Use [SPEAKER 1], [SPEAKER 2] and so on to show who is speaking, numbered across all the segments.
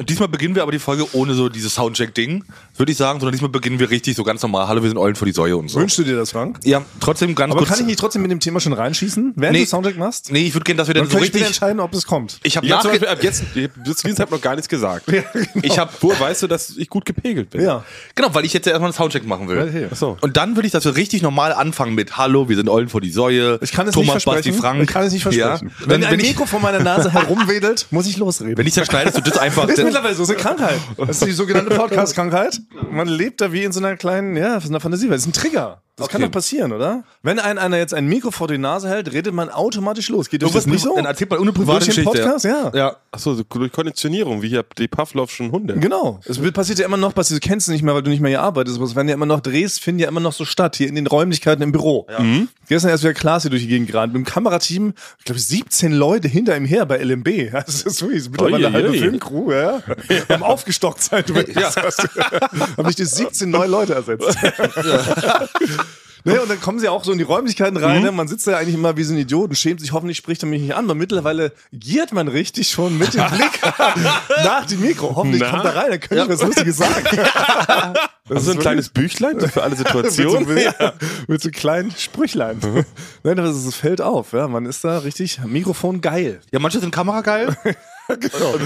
[SPEAKER 1] Diesmal beginnen wir aber die Folge ohne so dieses Soundcheck-Ding, würde ich sagen, sondern diesmal beginnen wir richtig so ganz normal. Hallo, wir sind Eulen für die Säue und so.
[SPEAKER 2] Wünschst du dir das, Frank?
[SPEAKER 1] Ja, trotzdem ganz
[SPEAKER 2] Aber
[SPEAKER 1] kurz.
[SPEAKER 2] kann ich nicht trotzdem mit dem Thema schon reinschießen, während
[SPEAKER 1] Nee.
[SPEAKER 2] du Soundcheck machst?
[SPEAKER 1] Nee, ich würde gerne, dass wir dann
[SPEAKER 2] Dann
[SPEAKER 1] so
[SPEAKER 2] kann ich später
[SPEAKER 1] richtig.
[SPEAKER 2] entscheiden, ob es kommt.
[SPEAKER 1] Ich habe
[SPEAKER 3] Ja, zum
[SPEAKER 1] nachge
[SPEAKER 3] Beispiel, ab jetzt, bis jetzt habe noch gar nichts gesagt.
[SPEAKER 1] Ich hab-
[SPEAKER 3] woher weißt du, dass ich gut gepegelt bin?
[SPEAKER 2] ja.
[SPEAKER 1] Genau, weil ich jetzt ja erstmal einen Soundcheck machen will.
[SPEAKER 2] Okay. Ach so.
[SPEAKER 1] Und dann würde ich, dass wir richtig normal anfangen mit Hallo, wir sind Eulen vor die Säue.
[SPEAKER 2] Ich kann es
[SPEAKER 1] Thomas
[SPEAKER 2] nicht versprechen.
[SPEAKER 1] Basti Frank.
[SPEAKER 2] Ich kann es nicht versprechen.
[SPEAKER 1] Ja. Wenn,
[SPEAKER 2] Wenn,
[SPEAKER 1] wenn,
[SPEAKER 2] ein
[SPEAKER 1] ich,
[SPEAKER 2] Mikro vor meiner Nase herumwedelt, muss ich losreden.
[SPEAKER 1] wenn ich dann schneide, du das einfach.
[SPEAKER 2] ist mittlerweile so, ist eine Krankheit. Das ist die sogenannte Podcast-Krankheit. Man lebt da wie in so einer kleinen, ja, in einer Fantasiewelt. Das ist ein Trigger. Das kann
[SPEAKER 1] Okay.
[SPEAKER 2] doch passieren, oder? Wenn ein, einer jetzt ein Mikro vor die Nase hält, redet man automatisch los. Geht
[SPEAKER 1] Du
[SPEAKER 2] euch das
[SPEAKER 1] wirst
[SPEAKER 2] nicht so?
[SPEAKER 1] Dann erzählt mal ohne private
[SPEAKER 2] Durch den
[SPEAKER 1] Geschichte.
[SPEAKER 2] Podcast, ja.
[SPEAKER 3] Ja, achso, so durch Konditionierung, wie hier die Pavlovschen Hunde.
[SPEAKER 2] Genau. Es wird- passiert ja immer noch, Basti, du kennst es nicht mehr, weil du nicht mehr hier arbeitest, aber es werden ja immer noch Drehs, finden ja immer noch so statt, hier in den Räumlichkeiten im Büro. Gestern erst wieder Klaas hier durch die Gegend gerannt, mit dem Kamerateam, ich glaube 17 Leute hinter ihm her bei LMB. Das ist so, ist mittlerweile eine
[SPEAKER 3] Ui, ui,
[SPEAKER 2] halbe
[SPEAKER 3] ui.
[SPEAKER 2] Filmcrew, ja. Haben aufgestockt seit du weg bist. Haben nicht die 17 neue Leute ersetzt. Ne, und dann kommen sie auch so in die Räumlichkeiten rein. Ne? Man sitzt da ja eigentlich immer wie so ein Idiot und schämt sich, hoffentlich spricht er mich nicht an. Aber mittlerweile giert man richtig schon mit dem Blick nach dem Mikro. Hoffentlich
[SPEAKER 3] Na?
[SPEAKER 2] kommt er rein, dann könnte ich was Lustiges sagen.
[SPEAKER 3] Das ist so ein kleines Büchlein so für alle Situationen.
[SPEAKER 2] Also mit, so, ja. Mhm. mit so kleinen Sprüchlein. Nein, aber es es fällt auf. Ja. Man ist da richtig Mikrofon geil.
[SPEAKER 1] Ja, manche sind kamerageil.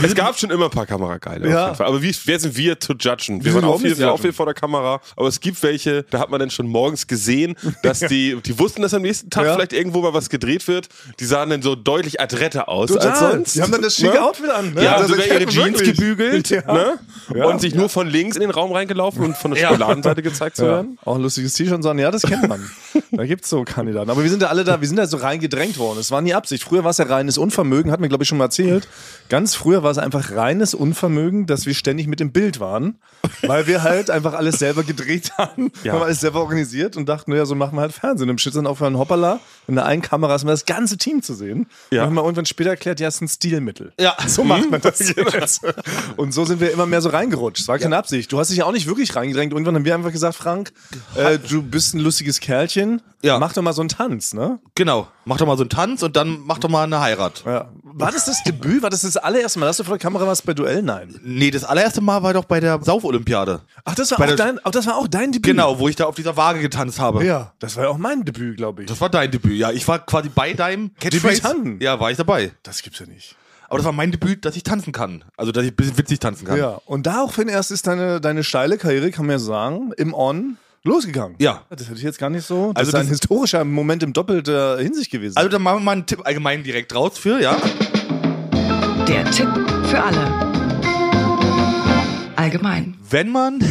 [SPEAKER 3] Es gab schon immer ein paar Kamerageile.
[SPEAKER 2] Ja.
[SPEAKER 3] Auf jeden Fall. Aber wie, wer sind wir zu judgen?
[SPEAKER 2] Wir
[SPEAKER 3] Wir
[SPEAKER 2] sind
[SPEAKER 3] waren auch
[SPEAKER 2] überhaupt
[SPEAKER 3] viel,
[SPEAKER 2] nicht
[SPEAKER 3] auch viel vor der Kamera. Aber es gibt welche, da hat man dann schon morgens gesehen, dass die, die wussten, dass am nächsten Tag
[SPEAKER 2] Ja.
[SPEAKER 3] vielleicht irgendwo mal was gedreht wird. Die sahen dann so deutlich adretter aus als
[SPEAKER 2] Total.
[SPEAKER 3] sonst.
[SPEAKER 2] Die haben dann das schicke
[SPEAKER 3] Ne?
[SPEAKER 2] Outfit an. Ne?
[SPEAKER 3] Ja,
[SPEAKER 2] Das
[SPEAKER 3] sogar ihre
[SPEAKER 2] erkennt man
[SPEAKER 3] Jeans
[SPEAKER 2] wirklich.
[SPEAKER 3] gebügelt
[SPEAKER 2] Ja.
[SPEAKER 3] ne?
[SPEAKER 2] Ja.
[SPEAKER 3] und sich nur von links in den Raum reingelaufen und von der Schokoladenseite gezeigt zu
[SPEAKER 2] Ja.
[SPEAKER 3] werden.
[SPEAKER 2] Auch ein lustiges T-Shirt sagen, ja, das kennt man. da gibt's so Kandidaten. Aber wir sind da alle da, wir sind da so reingedrängt worden. Es war nie Absicht. Früher war es ja reines Unvermögen, hat mir, glaube ich, schon mal erzählt. Ganz früher war es einfach reines Unvermögen, dass wir ständig mit im Bild waren, weil wir halt einfach alles selber gedreht haben,
[SPEAKER 3] Ja.
[SPEAKER 2] haben alles selber organisiert und dachten, naja, so machen wir halt Fernsehen. Im Schützen auf einen Hoppala, in der einen Kamera ist immer das ganze Team zu sehen.
[SPEAKER 3] Ja.
[SPEAKER 2] Und haben wir irgendwann später erklärt, ja, es ist ein Stilmittel.
[SPEAKER 1] Ja. Mhm.
[SPEAKER 2] So macht man das Hm? jetzt. Und so sind wir immer mehr so reingerutscht. Es war keine Absicht. Du hast dich ja auch nicht wirklich reingedrängt. Irgendwann haben wir einfach gesagt, Frank, äh, du bist ein lustiges Kerlchen.
[SPEAKER 1] Ja.
[SPEAKER 2] Mach doch mal so einen Tanz, ne?
[SPEAKER 1] genau. Mach doch mal so einen Tanz und dann mach doch mal eine Heirat.
[SPEAKER 2] Ja. War das das Debüt? War das das allererste Mal, dass du vor der Kamera warst bei Duell? Nein.
[SPEAKER 1] Nee, das allererste Mal war doch bei der Saufolympiade.
[SPEAKER 2] Ach, das war,
[SPEAKER 1] Bei
[SPEAKER 2] auch
[SPEAKER 1] der-
[SPEAKER 2] dein, auch, das war auch dein Debüt.
[SPEAKER 1] Genau, wo ich da auf dieser Waage getanzt habe.
[SPEAKER 2] Ja. Das war ja auch mein Debüt, glaube ich.
[SPEAKER 1] Das war dein Debüt. Ja, ich war quasi bei deinem Catchphrase.
[SPEAKER 2] Debütanten.
[SPEAKER 1] Ja, war ich dabei.
[SPEAKER 2] das gibt's ja nicht.
[SPEAKER 1] Aber das war mein Debüt, dass ich tanzen kann. Also, dass ich ein bisschen witzig tanzen kann.
[SPEAKER 2] Ja. Und daraufhin erst ist deine, deine steile Karriere, kann man ja sagen, im On losgegangen.
[SPEAKER 1] Ja.
[SPEAKER 2] Das hätte ich jetzt gar nicht so.
[SPEAKER 1] Also
[SPEAKER 2] Das also ist ein
[SPEAKER 1] das-
[SPEAKER 2] historischer Moment in doppelter Hinsicht gewesen.
[SPEAKER 1] Also, dann machen wir mal einen Tipp allgemein direkt raus für, ja?
[SPEAKER 4] Der Tipp für alle. Allgemein.
[SPEAKER 1] Wenn man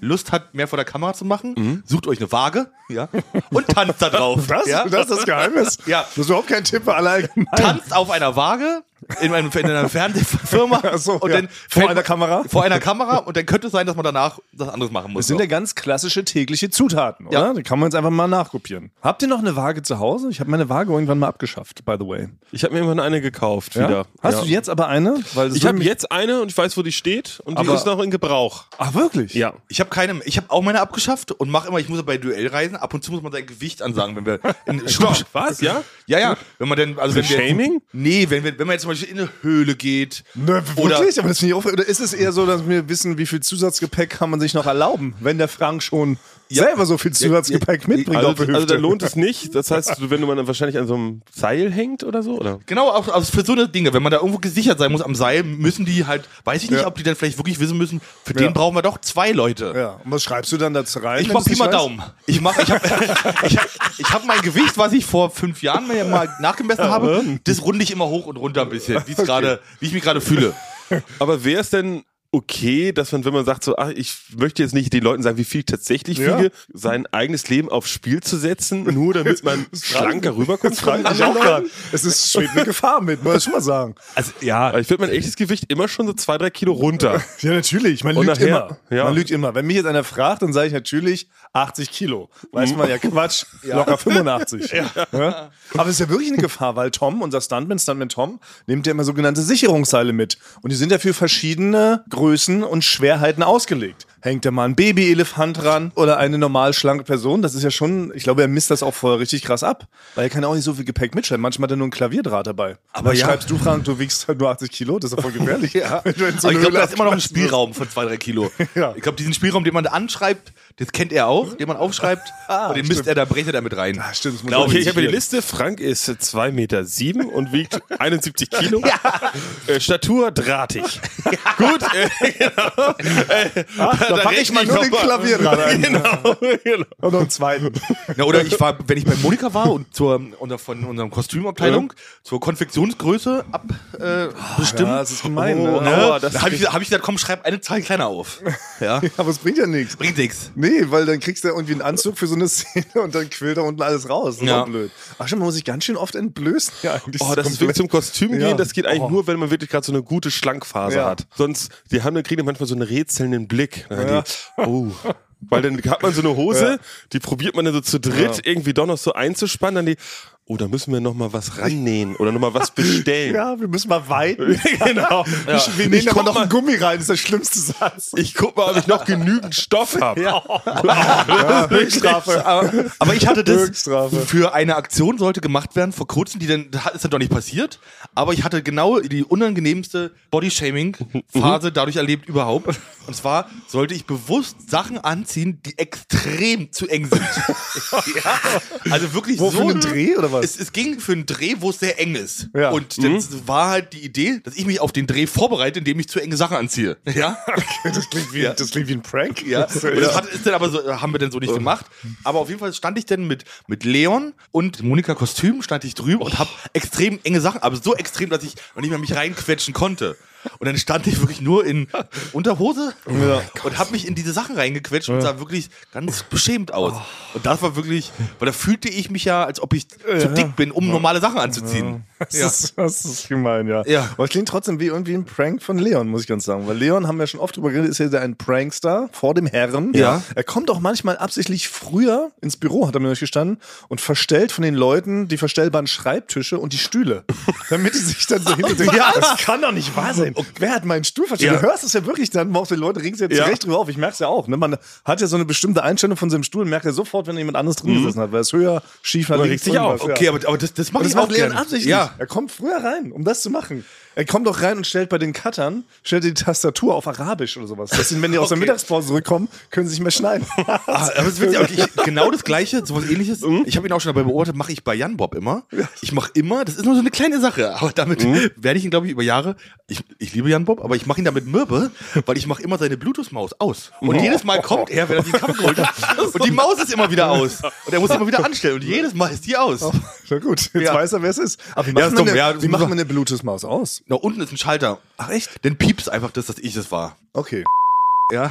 [SPEAKER 1] Lust hat, mehr vor der Kamera zu machen, sucht euch eine Waage, ja? Und tanzt da drauf.
[SPEAKER 2] Mhm. Das,
[SPEAKER 1] Ja?
[SPEAKER 2] das ist das Geheimnis.
[SPEAKER 1] Ja.
[SPEAKER 2] Das ist überhaupt kein Tipp für alle allgemein.
[SPEAKER 1] tanzt auf einer Waage in, einem, in einer Fernsehfirma
[SPEAKER 2] Ach so,
[SPEAKER 1] und
[SPEAKER 2] ja.
[SPEAKER 1] dann
[SPEAKER 2] Vor
[SPEAKER 1] fällt-
[SPEAKER 2] einer Kamera?
[SPEAKER 1] Vor einer Kamera und dann könnte es sein, dass man danach was anderes machen muss.
[SPEAKER 2] Das sind ja ganz klassische tägliche Zutaten, oder?
[SPEAKER 1] Ja.
[SPEAKER 2] Die kann man jetzt einfach mal nachkopieren. Habt ihr noch eine Waage zu Hause? Ich habe meine Waage irgendwann mal abgeschafft, by the way.
[SPEAKER 3] Ich habe mir immer eine gekauft wieder.
[SPEAKER 2] Hast
[SPEAKER 3] ja.
[SPEAKER 2] du jetzt aber eine? Weil das
[SPEAKER 3] Ich habe
[SPEAKER 2] würde mich-
[SPEAKER 3] jetzt eine und ich weiß, wo die steht und
[SPEAKER 2] Aber-
[SPEAKER 3] die ist noch in Gebrauch.
[SPEAKER 2] Ach, wirklich?
[SPEAKER 3] Ja.
[SPEAKER 1] Ich habe keine, ich habe auch meine abgeschafft und mache immer, ich muss ja bei Duellreisen, ab und zu muss man sein Gewicht ansagen, wenn wir in Stopp,
[SPEAKER 3] was? Ja?
[SPEAKER 1] Ja, ja, wenn man denn also wenn wir
[SPEAKER 3] Shaming?
[SPEAKER 1] Nee, wenn wir wenn man jetzt zum Beispiel in eine Höhle geht
[SPEAKER 2] Nö,
[SPEAKER 1] oder
[SPEAKER 2] wirklich? aber das finde ich auch. Oder ist es eher so, dass wir wissen, wie viel Zusatzgepäck kann man sich noch erlauben, wenn der Frank schon selber so viel Zusatzgepäck mitbringt
[SPEAKER 3] Also,
[SPEAKER 2] auf der Hüfte?
[SPEAKER 3] also da lohnt es nicht. Das heißt, wenn du man wahrscheinlich an so einem Seil hängt oder so, oder?
[SPEAKER 1] Genau, auch also für so eine Dinge, wenn man da irgendwo gesichert sein muss am Seil, müssen die halt, weiß ich nicht,
[SPEAKER 2] Ja.
[SPEAKER 1] ob die dann vielleicht wirklich wissen müssen, für
[SPEAKER 2] Ja.
[SPEAKER 1] den brauchen wir doch zwei Leute.
[SPEAKER 2] Ja. Und was schreibst du dann dazu rein?
[SPEAKER 1] Ich
[SPEAKER 2] wenn
[SPEAKER 1] mach
[SPEAKER 2] du's
[SPEAKER 1] Pi
[SPEAKER 2] nicht
[SPEAKER 1] mal
[SPEAKER 2] weißt?
[SPEAKER 1] Daumen. Ich mach, ich hab, ich hab, ich hab mein Gewicht, was ich vor fünf Jahren mir mal nachgemessen habe, das runde ich immer hoch und runter ein bisschen, wie's gerade, wie ich mich gerade fühle.
[SPEAKER 3] Aber wäre es denn okay, dass man, wenn man sagt, so, ach, ich möchte jetzt nicht den Leuten sagen, wie viel ich tatsächlich
[SPEAKER 2] Ja.
[SPEAKER 3] wiege, sein eigenes Leben aufs Spiel zu setzen, nur damit man schlanker rüberkommt?
[SPEAKER 2] Frag ich mich auch gerade. Es ist schwebt eine Gefahr mit, muss ich schon mal sagen.
[SPEAKER 3] Also, ja. Ich würde mein echtes Gewicht immer schon so zwei, drei Kilo runter.
[SPEAKER 2] Ja, natürlich. Man
[SPEAKER 3] Und
[SPEAKER 2] lügt
[SPEAKER 3] nachher,
[SPEAKER 2] immer.
[SPEAKER 3] ja.
[SPEAKER 2] Man lügt immer. Wenn mich jetzt einer fragt, dann sage ich natürlich 80 Kilo. Weiß man ja Quatsch. Locker 85. Ja. Aber es ist ja wirklich eine Gefahr, weil Tom, unser Stuntman, Stuntman Tom, nimmt ja immer sogenannte Sicherungsseile mit. Und die sind ja für verschiedene Größen und Schwerheiten ausgelegt. hängt da mal ein Babyelefant ran oder eine normal schlanke Person. Das ist ja schon, ich glaube, er misst das auch vorher richtig krass ab. Weil er kann ja auch nicht so viel Gepäck mitschreiben. Manchmal hat er nur ein Klavierdraht dabei.
[SPEAKER 1] Aber
[SPEAKER 2] Dann
[SPEAKER 1] ja.
[SPEAKER 2] schreibst du, Frank, du wiegst halt nur 80 Kilo, das ist ja voll gefährlich.
[SPEAKER 1] Ja.
[SPEAKER 2] Wenn du in so
[SPEAKER 1] Aber ich
[SPEAKER 2] eine
[SPEAKER 1] glaube,
[SPEAKER 2] Höhle
[SPEAKER 1] da ist immer noch ein
[SPEAKER 2] abgeschmissen wirst.
[SPEAKER 1] Spielraum von zwei, drei Kilo.
[SPEAKER 2] Ja. Hm?
[SPEAKER 1] Ich glaube, diesen Spielraum, den man anschreibt, das kennt er auch, den man aufschreibt, und den misst er, da brecht er damit rein.
[SPEAKER 2] Ah, stimmt, das muss
[SPEAKER 1] Glaub
[SPEAKER 2] auch
[SPEAKER 3] Okay, ich habe hier die
[SPEAKER 2] hier.
[SPEAKER 3] Liste. Frank ist 2,7 Meter sieben und wiegt 71 Kilo. Äh, Statur drahtig. Gut, äh, genau. Äh,
[SPEAKER 2] Da pack ich
[SPEAKER 3] rechne
[SPEAKER 2] mal nur den
[SPEAKER 3] noch mal.
[SPEAKER 2] Klavierdraht ein.
[SPEAKER 3] Genau, genau.
[SPEAKER 2] Und noch einen zweiten.
[SPEAKER 1] Na, oder ich war, wenn ich bei Monika war und zur, unter, von unserem Kostümabteilung zur Konfektionsgröße abbestimmt. Äh, bestimmt,
[SPEAKER 2] ja, das ist gemein, ne?
[SPEAKER 1] ne?
[SPEAKER 3] Aua, das
[SPEAKER 1] Da habe ich, hab ich gesagt, komm, schreib eine Zahl kleiner auf. Ja.
[SPEAKER 2] Aber es bringt ja nichts.
[SPEAKER 1] Bringt nichts.
[SPEAKER 2] Nee, weil dann kriegst du ja irgendwie einen Anzug für so eine Szene und dann quillt da unten alles raus. Das ist
[SPEAKER 1] Ja.
[SPEAKER 2] auch blöd. Ach schon, man muss sich ganz schön oft entblößen. Ja, eigentlich
[SPEAKER 3] Oh, das ist wirklich zum Kostüm gehen,
[SPEAKER 2] Ja.
[SPEAKER 3] das geht eigentlich
[SPEAKER 2] Oh.
[SPEAKER 3] nur, wenn man wirklich gerade so eine gute Schlankphase
[SPEAKER 2] Ja.
[SPEAKER 3] hat. Sonst, die haben dann kriegen die manchmal so einen rätselnden Blick. Na, die, oh. Weil dann hat man so eine Hose, die probiert man dann so zu dritt irgendwie doch noch so einzuspannen, dann die, oh, da müssen wir nochmal was rannähen oder nochmal was bestellen.
[SPEAKER 2] Ja, wir müssen mal weiten.
[SPEAKER 3] genau. Ich,
[SPEAKER 2] Wir
[SPEAKER 3] ich,
[SPEAKER 2] nehmen aber
[SPEAKER 3] guck
[SPEAKER 2] noch
[SPEAKER 3] mal,
[SPEAKER 2] einen Gummi rein, das ist der schlimmste Satz.
[SPEAKER 3] ich guck mal, ob ich noch genügend Stoff habe.
[SPEAKER 2] Ja, Höchststrafe.
[SPEAKER 1] Aber, aber ich hatte das
[SPEAKER 2] Höchststrafe.
[SPEAKER 1] für eine Aktion sollte gemacht werden vor kurzem, die dann das ist dann doch nicht passiert. Aber ich hatte genau die unangenehmste
[SPEAKER 2] Mhm.
[SPEAKER 1] Bodyshaming-Phase dadurch erlebt überhaupt. Und zwar sollte ich bewusst Sachen anziehen, die extrem zu eng sind. ja. Also wirklich
[SPEAKER 2] Wo,
[SPEAKER 1] so
[SPEAKER 2] für einen Dreh oder was?
[SPEAKER 1] Es, es ging für einen Dreh, wo es sehr eng ist.
[SPEAKER 2] Ja. Mhm.
[SPEAKER 1] Und dann war halt die Idee, dass ich mich auf den Dreh vorbereite, indem ich zu enge Sachen anziehe. Ja.
[SPEAKER 2] Das klingt wie, das klingt wie ein Prank.
[SPEAKER 1] Ja.
[SPEAKER 2] Das,
[SPEAKER 1] Und das hat, ist dann aber so, haben wir dann so nicht gemacht. Aber auf jeden Fall stand ich dann mit, mit Leon und Monika Kostüm, stand ich drüben und habe extrem enge Sachen, aber so extrem, dass ich noch nicht mehr mich reinquetschen konnte. Und dann stand ich wirklich nur in Unterhose und habe mich in diese Sachen reingequetscht und sah wirklich ganz beschämt aus. Und das war wirklich, weil da fühlte ich mich ja, als ob ich zu dick bin, um normale Sachen anzuziehen.
[SPEAKER 2] das, ist, das ist gemein, ja.
[SPEAKER 1] Ja.
[SPEAKER 2] Aber es klingt trotzdem wie irgendwie ein Prank von Leon, muss ich ganz sagen. Weil Leon, haben wir schon oft drüber geredet, ist ja ein Prankster vor dem Herren.
[SPEAKER 1] Ja.
[SPEAKER 2] Er kommt auch manchmal absichtlich früher ins Büro, hat er mir nämlich gestanden, und verstellt von den Leuten die verstellbaren Schreibtische und die Stühle. damit die sich dann so hinter den, ja, das kann doch nicht wahr sein. Wer hat meinen Stuhl verstellt?
[SPEAKER 1] Ja.
[SPEAKER 2] Du hörst es ja wirklich dann, auch die Leute regen sich ja
[SPEAKER 3] Ja.
[SPEAKER 2] zurecht drüber auf. Ich merke es ja auch. Ne? Man hat ja so eine bestimmte Einstellung von seinem Stuhl und merkt ja sofort, wenn jemand anderes drin gesessen hat, weil es höher, schiefer
[SPEAKER 1] Also
[SPEAKER 3] Man regt sich auf.
[SPEAKER 2] irgendwas, ja.
[SPEAKER 1] Okay, aber, aber das, das mache
[SPEAKER 2] Und
[SPEAKER 1] ich
[SPEAKER 2] das macht
[SPEAKER 1] auch
[SPEAKER 2] Leon
[SPEAKER 1] gerne.
[SPEAKER 2] absichtlich.
[SPEAKER 1] Ja.
[SPEAKER 2] Er kommt früher rein, um das zu machen. Er kommt doch rein und stellt bei den Cuttern, stellt die Tastatur auf Arabisch oder sowas. Dass sie, wenn die aus der
[SPEAKER 1] Okay.
[SPEAKER 2] Mittagspause zurückkommen, können sie nicht mehr schneiden.
[SPEAKER 1] Ah, aber es ist witzig, aber ich, genau das gleiche, sowas ähnliches.
[SPEAKER 2] Hm?
[SPEAKER 1] Ich habe ihn auch schon dabei beobachtet, mache ich bei Jan Bob immer. Ich mache immer, das ist nur so eine kleine Sache, aber damit
[SPEAKER 2] Hm?
[SPEAKER 1] werde ich ihn, glaube ich, über Jahre. Ich, ich liebe Jan Bob, aber ich mache ihn damit mürbe, weil ich mache immer seine Bluetooth-Maus aus. Und
[SPEAKER 2] Hm?
[SPEAKER 1] jedes Mal kommt er, wenn er die Kaffee geholt hat. Und die Maus ist immer wieder aus. Und er muss immer wieder anstellen. Und jedes Mal ist die aus.
[SPEAKER 2] Na gut, jetzt
[SPEAKER 1] Ja.
[SPEAKER 2] weiß er, wer es ist. Aber wie
[SPEAKER 1] Ja,
[SPEAKER 2] macht
[SPEAKER 1] ist
[SPEAKER 2] man
[SPEAKER 1] dumm,
[SPEAKER 2] eine,
[SPEAKER 1] ja, das
[SPEAKER 2] wie
[SPEAKER 1] muss
[SPEAKER 2] macht
[SPEAKER 1] man-
[SPEAKER 2] man eine Bluetooth-Maus aus?
[SPEAKER 1] Na, unten ist ein Schalter.
[SPEAKER 2] Ach echt?
[SPEAKER 1] Dann piepst einfach das, dass ich es war.
[SPEAKER 2] Okay.
[SPEAKER 1] Ja.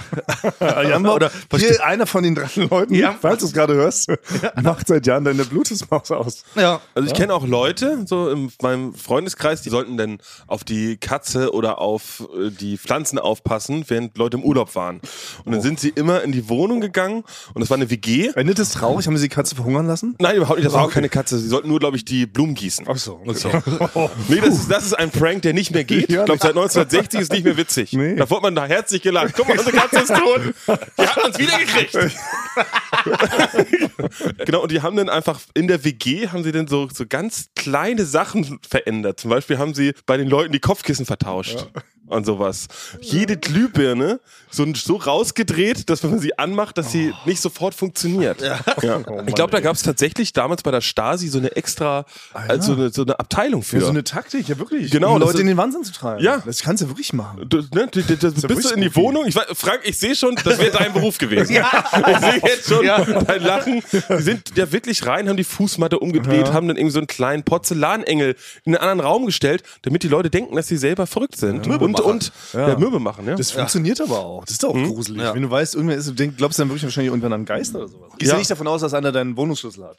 [SPEAKER 2] Oder
[SPEAKER 1] Oder-
[SPEAKER 2] hier einer von den drei Leuten,
[SPEAKER 1] Ja.
[SPEAKER 2] falls du es gerade hörst, macht seit Jahren deine Bluetooth-Maus aus.
[SPEAKER 1] ja.
[SPEAKER 3] Also ich kenne auch Leute, so in meinem Freundeskreis, die sollten dann auf die Katze oder auf äh, die Pflanzen aufpassen, während Leute im Urlaub waren. Und dann
[SPEAKER 2] Oh.
[SPEAKER 3] sind sie immer in die Wohnung gegangen und das war eine WG.
[SPEAKER 2] Endet es traurig? Haben sie die Katze verhungern lassen?
[SPEAKER 3] Nein, überhaupt nicht, das war auch keine Katze. Sie sollten nur, glaube ich, die Blumen gießen.
[SPEAKER 2] Ach so.
[SPEAKER 1] So.
[SPEAKER 3] Nee, das ist, das ist ein Prank, der nicht mehr geht. Ich
[SPEAKER 2] Ja,
[SPEAKER 3] glaube, seit 1960 ist nicht mehr witzig.
[SPEAKER 2] Nee.
[SPEAKER 3] Da wurde man da herzlich gelacht. Guck mal, unsere Katze ist tot. Die hat uns wiedergekriegt. genau, und die haben dann einfach in der WG haben sie dann so, so ganz kleine Sachen verändert. Zum Beispiel haben sie bei den Leuten die Kopfkissen vertauscht. Und sowas. Jede Glühbirne so, so rausgedreht, dass wenn man sie anmacht, dass sie nicht sofort funktioniert. Ja.
[SPEAKER 2] Oh Mann,
[SPEAKER 3] ich glaube, da
[SPEAKER 2] ey.
[SPEAKER 3] gab es tatsächlich damals bei der Stasi so eine extra, also eine, so eine Abteilung für.
[SPEAKER 2] Ah, Ja, so eine Taktik, ja wirklich.
[SPEAKER 3] Genau,
[SPEAKER 2] um
[SPEAKER 3] das
[SPEAKER 2] Leute
[SPEAKER 3] ist-
[SPEAKER 2] in den Wahnsinn zu treiben.
[SPEAKER 3] Ja.
[SPEAKER 2] Das kannst du wirklich machen.
[SPEAKER 3] Du, ne, du, du, du,
[SPEAKER 2] ja
[SPEAKER 3] bist du in die
[SPEAKER 2] Whisky.
[SPEAKER 3] Wohnung? Ich, weiß- Frank, ich sehe schon, das wäre dein Beruf gewesen. Ich sehe jetzt schon dein Lachen. Die sind ja wirklich rein, haben die Fußmatte umgedreht, haben dann irgendwie so einen kleinen Porzellanengel in einen anderen Raum gestellt, damit die Leute denken, dass sie selber verrückt sind. und und ja. Mürbe machen, ja.
[SPEAKER 2] Das funktioniert aber auch. Das ist doch auch gruselig.
[SPEAKER 1] Hm? Ja.
[SPEAKER 2] Wenn du weißt, irgendwer ist, du denk- glaubst dann wirklich wahrscheinlich irgendwann an Geist oder sowas. Gehst ja.
[SPEAKER 3] Ja.
[SPEAKER 2] nicht davon aus, dass einer deinen Wohnungsschlüssel hat.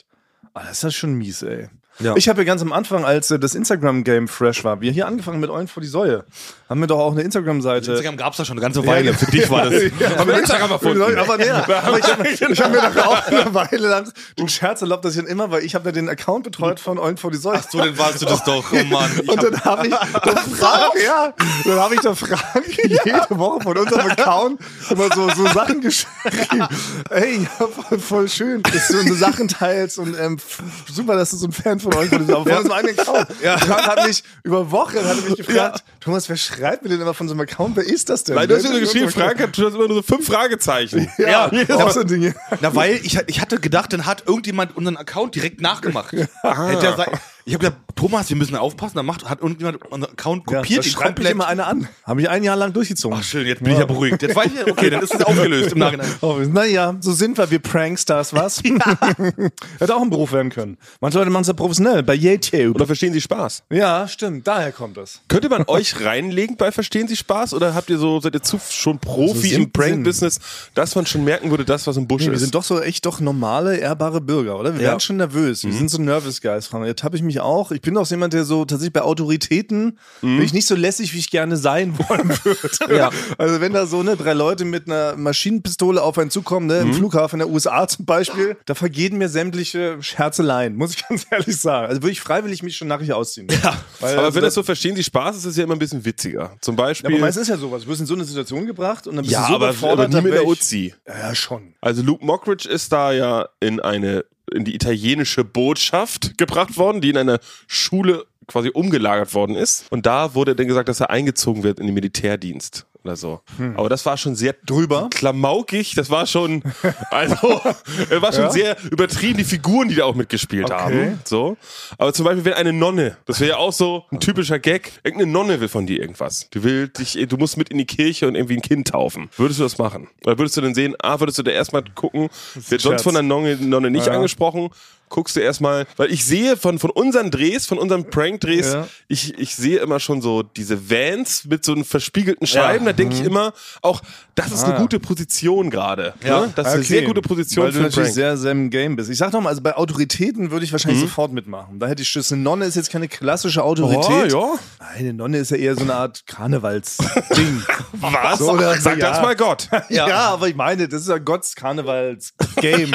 [SPEAKER 2] Ah, das ist ja schon mies, ey.
[SPEAKER 1] Ja.
[SPEAKER 2] Ich habe ja ganz am Anfang, als äh, das Instagram-Game fresh war, wir hier angefangen mit Eulen vor die Säue, haben wir doch auch eine Instagram-Seite.
[SPEAKER 1] Instagram gab es da schon eine ganze Weile. Für
[SPEAKER 2] genau.
[SPEAKER 1] dich war das. Haben wir Instagram erfunden.
[SPEAKER 2] Aber ja, aber ich habe ich hab mir da auch eine Weile lang den Scherz erlaubt, dass ich dann immer, weil ich habe ja den Account betreut von Eulen vor die Säue.
[SPEAKER 1] So, dann warst du das doch. Oh Mann. Ich
[SPEAKER 2] Und
[SPEAKER 1] hab,
[SPEAKER 2] dann habe ich da Fragen, ja, dann habe ich da Fragen jede Woche von unserem Account immer so, so Sachen geschrieben. Hey, ja, voll, voll schön, dass du unsere Sachen teilst und ähm, f- super, dass du so ein Fan von euch bist, aber von unserem eigenen Account. Ja. hat mich über Wochen hat er mich gefragt, Thomas, wer schreibt mir denn immer von so einem Account? Wer ist das denn?
[SPEAKER 3] Weil du hast ja so geschrieben, Frank hat du hast immer nur so fünf Fragezeichen.
[SPEAKER 2] Ja,
[SPEAKER 3] jedes
[SPEAKER 2] auch
[SPEAKER 3] Mal.
[SPEAKER 2] so Dinge.
[SPEAKER 1] na, weil ich, ich hatte gedacht, dann hat irgendjemand unseren Account direkt nachgemacht.
[SPEAKER 2] Ah.
[SPEAKER 1] Hätte ja sein- ich habe gesagt, Thomas, wir müssen aufpassen. Da macht, hat irgendjemand unseren Account kopiert.
[SPEAKER 2] das
[SPEAKER 1] ihn
[SPEAKER 2] schreibt mich
[SPEAKER 1] komplett.
[SPEAKER 2] immer einer an. Habe ich ein Jahr lang durchgezogen.
[SPEAKER 1] Ach, schön, jetzt bin ich ja beruhigt. Jetzt weiß ich, okay, dann ist es aufgelöst im Nachhinein.
[SPEAKER 2] Oh, naja, so sind wir, wir Prankstars, was? Hätte auch ein Beruf werden können. Manche Leute machen es ja professionell, bei YouTube.
[SPEAKER 3] Oder verstehen Sie Spaß?
[SPEAKER 2] Ja, stimmt, daher kommt das.
[SPEAKER 3] Könnte man euch reinlegen bei Verstehen Sie Spaß? Oder habt ihr so, seid ihr zu schon Profi
[SPEAKER 2] Also
[SPEAKER 3] im
[SPEAKER 2] 17.
[SPEAKER 3] Prank-Business, dass man schon merken würde, das, was im Busch
[SPEAKER 2] Nee, wir
[SPEAKER 3] ist?
[SPEAKER 2] sind doch so echt doch normale, ehrbare Bürger, oder? Wir werden schon nervös. Wir
[SPEAKER 3] Mhm.
[SPEAKER 2] sind so nervous guys, Frank. Jetzt habe ich mich auch. Ich bin auch so jemand, der so tatsächlich bei Autoritäten
[SPEAKER 3] Mhm.
[SPEAKER 2] bin ich nicht so lässig, wie ich gerne sein wollen würde.
[SPEAKER 1] Ja.
[SPEAKER 2] Also wenn da so ne, drei Leute mit einer Maschinenpistole auf einen zukommen, ne,
[SPEAKER 3] Mhm.
[SPEAKER 2] im Flughafen der USA zum Beispiel, da vergehen mir sämtliche Scherzeleien, muss ich ganz ehrlich sagen. Also würde ich freiwillig mich schon nachher ausziehen. Ja. Weil,
[SPEAKER 3] aber
[SPEAKER 2] also,
[SPEAKER 3] wenn das so verstehen Sie Spaß, ist es ja immer ein bisschen witziger. Zum Beispiel.
[SPEAKER 2] aber meistens ist ja sowas. Du wirst in so eine Situation gebracht und dann bist
[SPEAKER 3] ja,
[SPEAKER 2] du so
[SPEAKER 3] aber,
[SPEAKER 2] überfordert,
[SPEAKER 3] aber nie
[SPEAKER 2] dann
[SPEAKER 3] mit
[SPEAKER 2] wär
[SPEAKER 3] der
[SPEAKER 2] ich-
[SPEAKER 3] Uzi.
[SPEAKER 2] Ja, ja, schon.
[SPEAKER 3] Also Luke Mockridge ist da ja in eine in die italienische Botschaft gebracht worden, die in einer Schule quasi umgelagert worden ist. Und da wurde dann gesagt, dass er eingezogen wird in den Militärdienst oder so. Aber das war schon sehr
[SPEAKER 2] Hm. Drüber?
[SPEAKER 3] klamaukig. Das war schon, also, es war schon sehr übertrieben, die Figuren, die da auch mitgespielt haben. So. Aber zum Beispiel, wenn eine Nonne, das wäre ja auch so ein typischer Gag, irgendeine Nonne will von dir irgendwas. Die will dich, du musst mit in die Kirche und irgendwie ein Kind taufen. Würdest du das machen? Oder würdest du dann sehen, ah, würdest du da erstmal gucken, wird sonst
[SPEAKER 2] Scherz.
[SPEAKER 3] von der Nonne, Nonne nicht
[SPEAKER 2] Ja.
[SPEAKER 3] angesprochen? Guckst du erstmal, weil ich sehe von, von unseren Drehs, von unseren Prank-Drehs,
[SPEAKER 2] Ja.
[SPEAKER 3] ich, ich sehe immer schon so diese Vans mit so einem verspiegelten Scheiben, da
[SPEAKER 2] Mhm.
[SPEAKER 3] denke ich immer auch, das ist eine gute Position gerade.
[SPEAKER 1] Ja.
[SPEAKER 3] Ne? Das ist eine
[SPEAKER 2] Okay.
[SPEAKER 3] sehr gute Position
[SPEAKER 2] Ah. Weil du
[SPEAKER 3] für einen
[SPEAKER 2] natürlich
[SPEAKER 3] Prank. Mhm.
[SPEAKER 2] sehr, sehr im Game bist. Ich sag nochmal, also bei Autoritäten würde ich wahrscheinlich sofort mitmachen. Da hätte ich Schiss. Eine Nonne ist jetzt keine klassische Autorität.
[SPEAKER 3] Oh, ja.
[SPEAKER 2] Nein, eine Nonne ist ja eher so eine Art Karnevalsding.
[SPEAKER 3] Was?
[SPEAKER 2] So oder so,
[SPEAKER 3] Sag
[SPEAKER 2] ja.
[SPEAKER 3] das mal Gott.
[SPEAKER 2] ja. aber ich meine, das ist ja Gotts Karnevals-Game.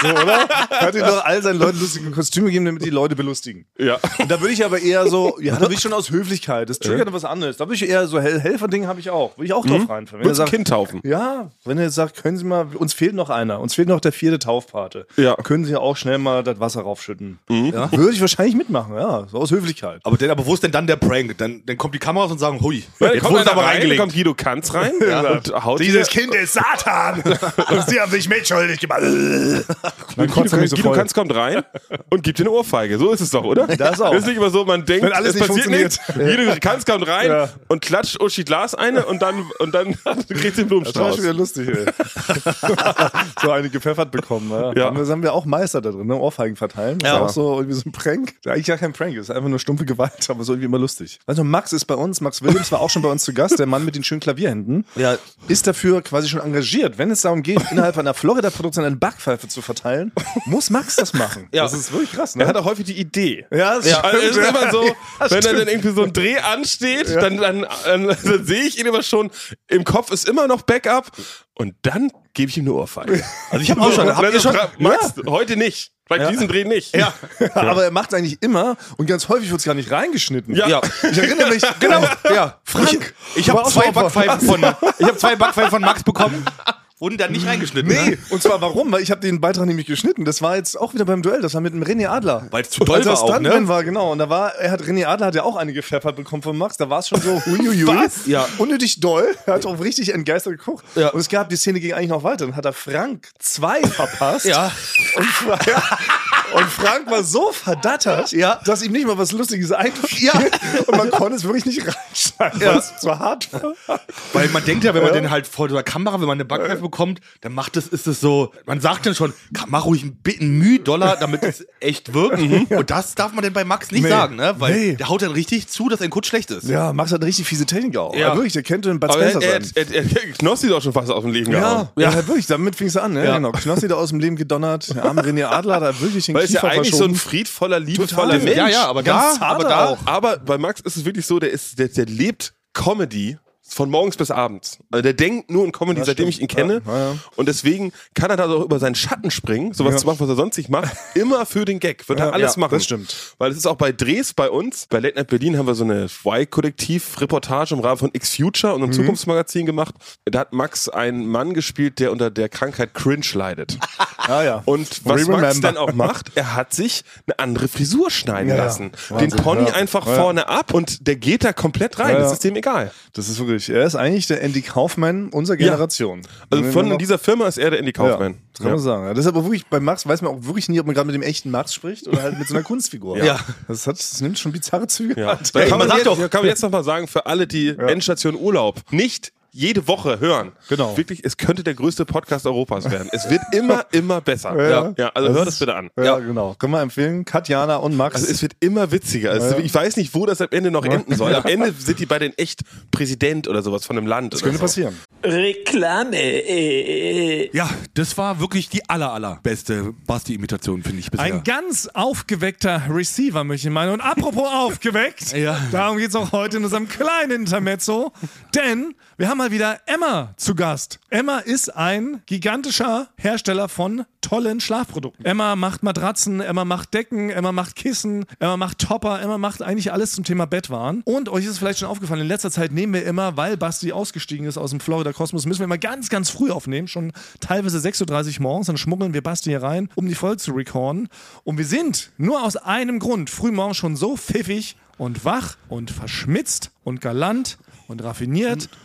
[SPEAKER 2] so, oder? Hat ihm doch all seinen Leuten lustige Kostüme gegeben, damit die Leute belustigen.
[SPEAKER 3] Ja.
[SPEAKER 2] Und da würde ich aber eher so, ja, da würde ich schon aus Höflichkeit. Das triggert was anderes. Da würde ich eher so Hel Helferding habe ich auch. Würde ich auch drauf reinfallen. Wenn er
[SPEAKER 3] Willst du ein
[SPEAKER 2] sagt,
[SPEAKER 3] Kind taufen?
[SPEAKER 2] Ja, wenn er jetzt sagt, können Sie mal, uns fehlt noch einer, uns fehlt noch der vierte Taufpate.
[SPEAKER 3] Ja.
[SPEAKER 2] Können Sie auch schnell mal das Wasser raufschütten. Ja. Würde ich wahrscheinlich mitmachen, ja, so aus Höflichkeit.
[SPEAKER 1] Aber, denn, aber wo ist denn dann der Prank? Dann, dann kommt die Kamera raus und sagen, hui, jetzt
[SPEAKER 3] kommt
[SPEAKER 1] wurde es
[SPEAKER 3] einer
[SPEAKER 1] aber
[SPEAKER 3] rein,
[SPEAKER 1] reingelegt.
[SPEAKER 3] kommt Guido Kanz rein und haut dir-
[SPEAKER 2] Kind ist Satan! Und Sie haben sich mitschuldig gemacht. Dann kotzt er
[SPEAKER 3] Guido,
[SPEAKER 2] mich
[SPEAKER 3] Kanz,
[SPEAKER 2] so
[SPEAKER 3] Guido
[SPEAKER 2] voll.
[SPEAKER 3] Kanz kommt rein und gibt dir eine Ohrfeige. So ist es doch, oder?
[SPEAKER 2] Das auch.
[SPEAKER 3] Ist nicht immer so, man denkt,
[SPEAKER 2] Wenn alles
[SPEAKER 3] es
[SPEAKER 2] nicht
[SPEAKER 3] passiert
[SPEAKER 2] funktioniert.
[SPEAKER 3] nichts. Guido Kanz kommt rein
[SPEAKER 2] Ja.
[SPEAKER 3] und klatscht Uschi Glas eine und dann, und dann kriegt sie einen
[SPEAKER 2] Das war
[SPEAKER 3] Blumenstrauß.
[SPEAKER 2] schon wieder lustig, ey. so eine gepfeffert bekommen. Ja.
[SPEAKER 3] Ja.
[SPEAKER 2] Haben wir- Das haben wir auch Meister da drin, ne? Ohrfeigen verteilen. Das
[SPEAKER 1] Ja.
[SPEAKER 2] ist auch so irgendwie so ein Prank. Der eigentlich gar kein Prank, ist einfach nur stumpfe Gewalt, aber so irgendwie immer lustig. Also Max ist bei uns, Max Williams war auch schon bei uns zu Gast, der Mann mit den schönen Klavierhänden.
[SPEAKER 1] Ja.
[SPEAKER 2] Ist dafür quasi schon engagiert. Wenn es darum geht, innerhalb einer Florida-Produktion eine Backpfeife zu verteilen, muss Max das machen.
[SPEAKER 1] Ja.
[SPEAKER 2] Das ist wirklich krass,
[SPEAKER 3] Er
[SPEAKER 2] ne?
[SPEAKER 3] hat auch häufig die Idee.
[SPEAKER 2] Ja, das
[SPEAKER 3] Also es ist immer so,
[SPEAKER 2] Ja,
[SPEAKER 3] wenn dann
[SPEAKER 2] stimmt.
[SPEAKER 3] dann irgendwie so ein Dreh ansteht, dann, dann, dann, dann sehe ich ihn immer schon, im Kopf ist immer noch Backup und dann gebe ich ihm eine Ohrfeige.
[SPEAKER 1] Also ich habe auch schon,
[SPEAKER 3] Und
[SPEAKER 1] habt
[SPEAKER 3] dann
[SPEAKER 1] ihr schon,
[SPEAKER 3] fra- Max, heute nicht. Bei diesem Dreh nicht. Ja.
[SPEAKER 2] Aber er macht es eigentlich immer und ganz häufig wird es gar nicht reingeschnitten.
[SPEAKER 3] Ja.
[SPEAKER 1] Ja.
[SPEAKER 2] Ich erinnere mich, genau. Ja, Frank.
[SPEAKER 1] ich
[SPEAKER 2] war
[SPEAKER 1] habe
[SPEAKER 2] auch
[SPEAKER 1] zwei
[SPEAKER 2] schon mal-
[SPEAKER 1] Backpfeifen von, ich habe zwei Backpfeifen von Max bekommen, wurden dann nicht reingeschnitten.
[SPEAKER 2] Nee,
[SPEAKER 1] Ne?
[SPEAKER 2] und zwar warum? Weil ich habe den Beitrag nämlich geschnitten. Das war jetzt auch wieder beim Duell. Das war mit dem René Adler.
[SPEAKER 1] Weil es zu doll
[SPEAKER 2] Als er
[SPEAKER 1] war auch,
[SPEAKER 2] Stuntman
[SPEAKER 1] ne?
[SPEAKER 2] war, genau. Und da war, er hat René Adler hat ja auch eine gepfeffert bekommen von Max. Da war es schon so huiuiui.
[SPEAKER 1] Was? Ja.
[SPEAKER 2] Unnötig doll. Er hat auch richtig entgeistert geguckt.
[SPEAKER 1] Ja.
[SPEAKER 2] Und es gab, die Szene ging eigentlich noch weiter. Dann hat er Frank zwei verpasst.
[SPEAKER 1] Ja.
[SPEAKER 2] Und, Fra und Frank war so verdattert,
[SPEAKER 1] Ja.
[SPEAKER 2] dass ihm nicht mal was Lustiges einfiel. Und man konnte es wirklich nicht reinschneiden, weil es zu hart war.
[SPEAKER 1] Weil man denkt ja, wenn man den halt vor der Kamera, wenn man eine Backpfeife bekommt, dann macht es, ist es so, man sagt dann schon, "Ka- mach ruhig ein bisschen Mühe Dollar, damit es echt wirkt. Und das darf man denn bei Max nicht
[SPEAKER 2] Nee.
[SPEAKER 1] sagen, ne? Weil
[SPEAKER 2] Nee.
[SPEAKER 1] der haut dann richtig zu, dass ein Kutsch schlecht ist.
[SPEAKER 2] Ja, Max hat eine richtig fiese Technik auch.
[SPEAKER 1] Ja.
[SPEAKER 2] Ja. Wirklich, der könnte ein Bud
[SPEAKER 3] Aber
[SPEAKER 2] Spencer
[SPEAKER 3] er, er,
[SPEAKER 2] sein.
[SPEAKER 3] er, er, Knossi ist auch schon fast aus dem Leben gehauen.
[SPEAKER 2] Ja, ja. ja, wirklich, damit fing es an. Ne?
[SPEAKER 1] Ja.
[SPEAKER 2] Genau. Knossi da aus dem Leben gedonnert, der arme René Adler, da wirklich den
[SPEAKER 3] weil es ja
[SPEAKER 2] Kiefer
[SPEAKER 3] eigentlich so
[SPEAKER 2] verschoben.
[SPEAKER 3] ein friedvoller, liebevoller
[SPEAKER 2] Total.
[SPEAKER 3] Mensch.
[SPEAKER 1] ja, ja, aber da,
[SPEAKER 2] ganz
[SPEAKER 1] aber
[SPEAKER 2] harter
[SPEAKER 1] da,
[SPEAKER 2] auch.
[SPEAKER 3] Aber bei Max ist es wirklich so, der, ist, der, der lebt Comedy von morgens bis abends. Also der denkt nur in Comedy, seitdem ich ihn kenne.
[SPEAKER 2] Ja, ja, ja.
[SPEAKER 3] Und deswegen kann er da auch über seinen Schatten springen, sowas
[SPEAKER 2] Ja.
[SPEAKER 3] zu machen, was er sonst nicht macht. Immer für den Gag. Wird er
[SPEAKER 2] Ja,
[SPEAKER 3] alles
[SPEAKER 2] ja,
[SPEAKER 3] machen.
[SPEAKER 2] das stimmt.
[SPEAKER 3] Weil es ist auch bei Drehs bei uns, bei Late Night Berlin haben wir so eine Y-Kollektiv-Reportage im Rahmen von X-Future
[SPEAKER 2] Mhm.
[SPEAKER 3] und einem Zukunftsmagazin gemacht. Da hat Max einen Mann gespielt, der unter der Krankheit Cringe leidet.
[SPEAKER 2] Ah, ja.
[SPEAKER 3] Und was
[SPEAKER 2] Remember.
[SPEAKER 3] Max dann auch macht, er hat sich eine andere Frisur schneiden
[SPEAKER 2] Ja, ja.
[SPEAKER 3] lassen.
[SPEAKER 2] Wahnsinn,
[SPEAKER 3] den Pony
[SPEAKER 2] ja.
[SPEAKER 3] einfach
[SPEAKER 2] Ja.
[SPEAKER 3] vorne ab und der geht da komplett rein.
[SPEAKER 2] Ja, ja.
[SPEAKER 3] Das ist dem egal.
[SPEAKER 2] Das ist wirklich, er ist eigentlich der Andy Kaufman unserer Generation.
[SPEAKER 3] Also
[SPEAKER 2] Wenn wir
[SPEAKER 3] von
[SPEAKER 2] noch-
[SPEAKER 3] dieser Firma ist er der Andy Kaufman.
[SPEAKER 2] Ja, Genau. das kann man sagen. Ja, das ist aber wirklich, bei Max weiß man auch wirklich nie, ob man gerade mit dem echten Max spricht oder halt mit so einer Kunstfigur.
[SPEAKER 1] Ja.
[SPEAKER 2] Das, hat, das nimmt schon bizarre Züge.
[SPEAKER 3] Ja.
[SPEAKER 2] an.
[SPEAKER 3] Da
[SPEAKER 1] Ey,
[SPEAKER 3] kann
[SPEAKER 1] man
[SPEAKER 3] man,
[SPEAKER 1] sagt
[SPEAKER 3] jetzt,
[SPEAKER 1] doch-
[SPEAKER 3] kann man jetzt nochmal sagen, für alle, die Endstation Urlaub nicht jede Woche hören.
[SPEAKER 2] Genau.
[SPEAKER 3] Wirklich, es könnte der größte Podcast Europas werden. Es wird immer, immer besser.
[SPEAKER 2] Ja.
[SPEAKER 3] ja also
[SPEAKER 2] Das
[SPEAKER 3] hört
[SPEAKER 2] ist-
[SPEAKER 3] es bitte an.
[SPEAKER 2] Ja, genau. Können wir empfehlen. Katjana und Max.
[SPEAKER 3] Also es wird immer witziger. Also
[SPEAKER 2] Ja, ja.
[SPEAKER 3] Ich weiß nicht, wo das am Ende noch enden soll. Am Ende sind die bei den echt Präsident oder sowas von einem Land.
[SPEAKER 2] das
[SPEAKER 3] oder
[SPEAKER 2] könnte
[SPEAKER 3] so.
[SPEAKER 2] passieren.
[SPEAKER 5] Reklame. Äh, äh, äh.
[SPEAKER 1] Ja, das war wirklich die aller, allerbeste Basti-Imitation, finde ich bisher.
[SPEAKER 6] Ein ganz aufgeweckter Receiver, möchte ich meinen. Und apropos aufgeweckt,
[SPEAKER 1] Ja.
[SPEAKER 6] darum geht es auch heute in unserem kleinen Intermezzo. Denn wir haben mal wieder Emma zu Gast. Emma ist ein gigantischer Hersteller von tollen Schlafprodukten. Emma macht Matratzen, Emma macht Decken, Emma macht Kissen, Emma macht Topper, Emma macht eigentlich alles zum Thema Bettwaren. Und euch ist es vielleicht schon aufgefallen, in letzter Zeit nehmen wir immer, weil Basti ausgestiegen ist aus dem Florida Kosmos, müssen wir immer ganz, ganz früh aufnehmen, schon teilweise 6.30 Uhr morgens, dann schmuggeln wir Basti hier rein, um die Folge zu recorden. Und wir sind nur aus einem Grund frühmorgens schon so pfiffig und wach und verschmitzt und galant und raffiniert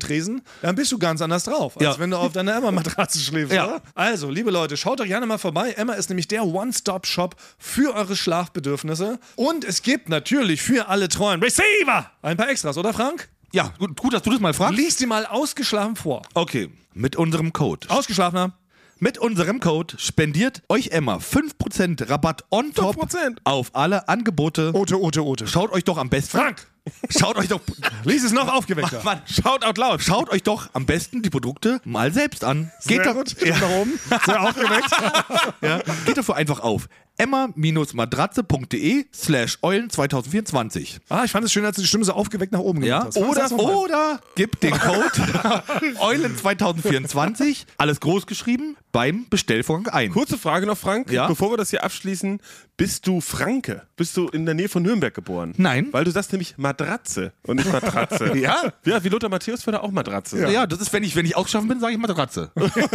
[SPEAKER 6] Tresen, dann bist du ganz anders drauf, als
[SPEAKER 1] Ja.
[SPEAKER 6] wenn du auf deiner Emma-Matratze schläfst.
[SPEAKER 1] Ja.
[SPEAKER 6] Oder? Also, liebe Leute, schaut doch gerne mal vorbei. Emma ist nämlich der One-Stop-Shop für eure Schlafbedürfnisse. Und es gibt natürlich für alle treuen Receiver ein paar Extras, oder Frank?
[SPEAKER 1] Ja, gut, gut, dass du das mal fragst.
[SPEAKER 6] Lies die mal ausgeschlafen vor.
[SPEAKER 1] Okay, mit unserem Code.
[SPEAKER 6] Ausgeschlafener.
[SPEAKER 1] Mit unserem Code spendiert euch Emma 5% Rabatt on top auf alle Angebote.
[SPEAKER 6] Ote, Ote, Ote.
[SPEAKER 1] Schaut euch doch am besten.
[SPEAKER 6] Frank!
[SPEAKER 1] Schaut euch doch.
[SPEAKER 6] Lies es noch aufgeweckter.
[SPEAKER 1] Mann, schaut out loud. Schaut euch doch am besten die Produkte mal selbst an.
[SPEAKER 6] Sehr
[SPEAKER 1] Geht doch,
[SPEAKER 6] gut. Stimmt nach oben. Sehr aufgeweckt.
[SPEAKER 1] ja, geht dafür einfach auf emma-matratze.de slash eulen 2024.
[SPEAKER 6] Ah, ich fand es schön, als du die Stimme so aufgeweckt nach oben gemacht
[SPEAKER 1] Ja,
[SPEAKER 6] hast.
[SPEAKER 1] oder,
[SPEAKER 6] Sag's noch mal.
[SPEAKER 1] oder gibt den Code Eulen2024, alles groß geschrieben, beim Bestellvorgang ein.
[SPEAKER 3] Kurze Frage noch, Frank.
[SPEAKER 1] Ja?
[SPEAKER 3] Bevor wir das hier abschließen, bist du Franke? Bist du in der Nähe von Nürnberg geboren?
[SPEAKER 1] Nein.
[SPEAKER 3] Weil du sagst nämlich Matratze und nicht Matratze.
[SPEAKER 1] Ja?
[SPEAKER 3] Ja, wie Lothar Matthäus würde auch Matratze.
[SPEAKER 1] Ja, das ist, wenn ich, wenn ich ausgeschaffen bin, sage ich Matratze.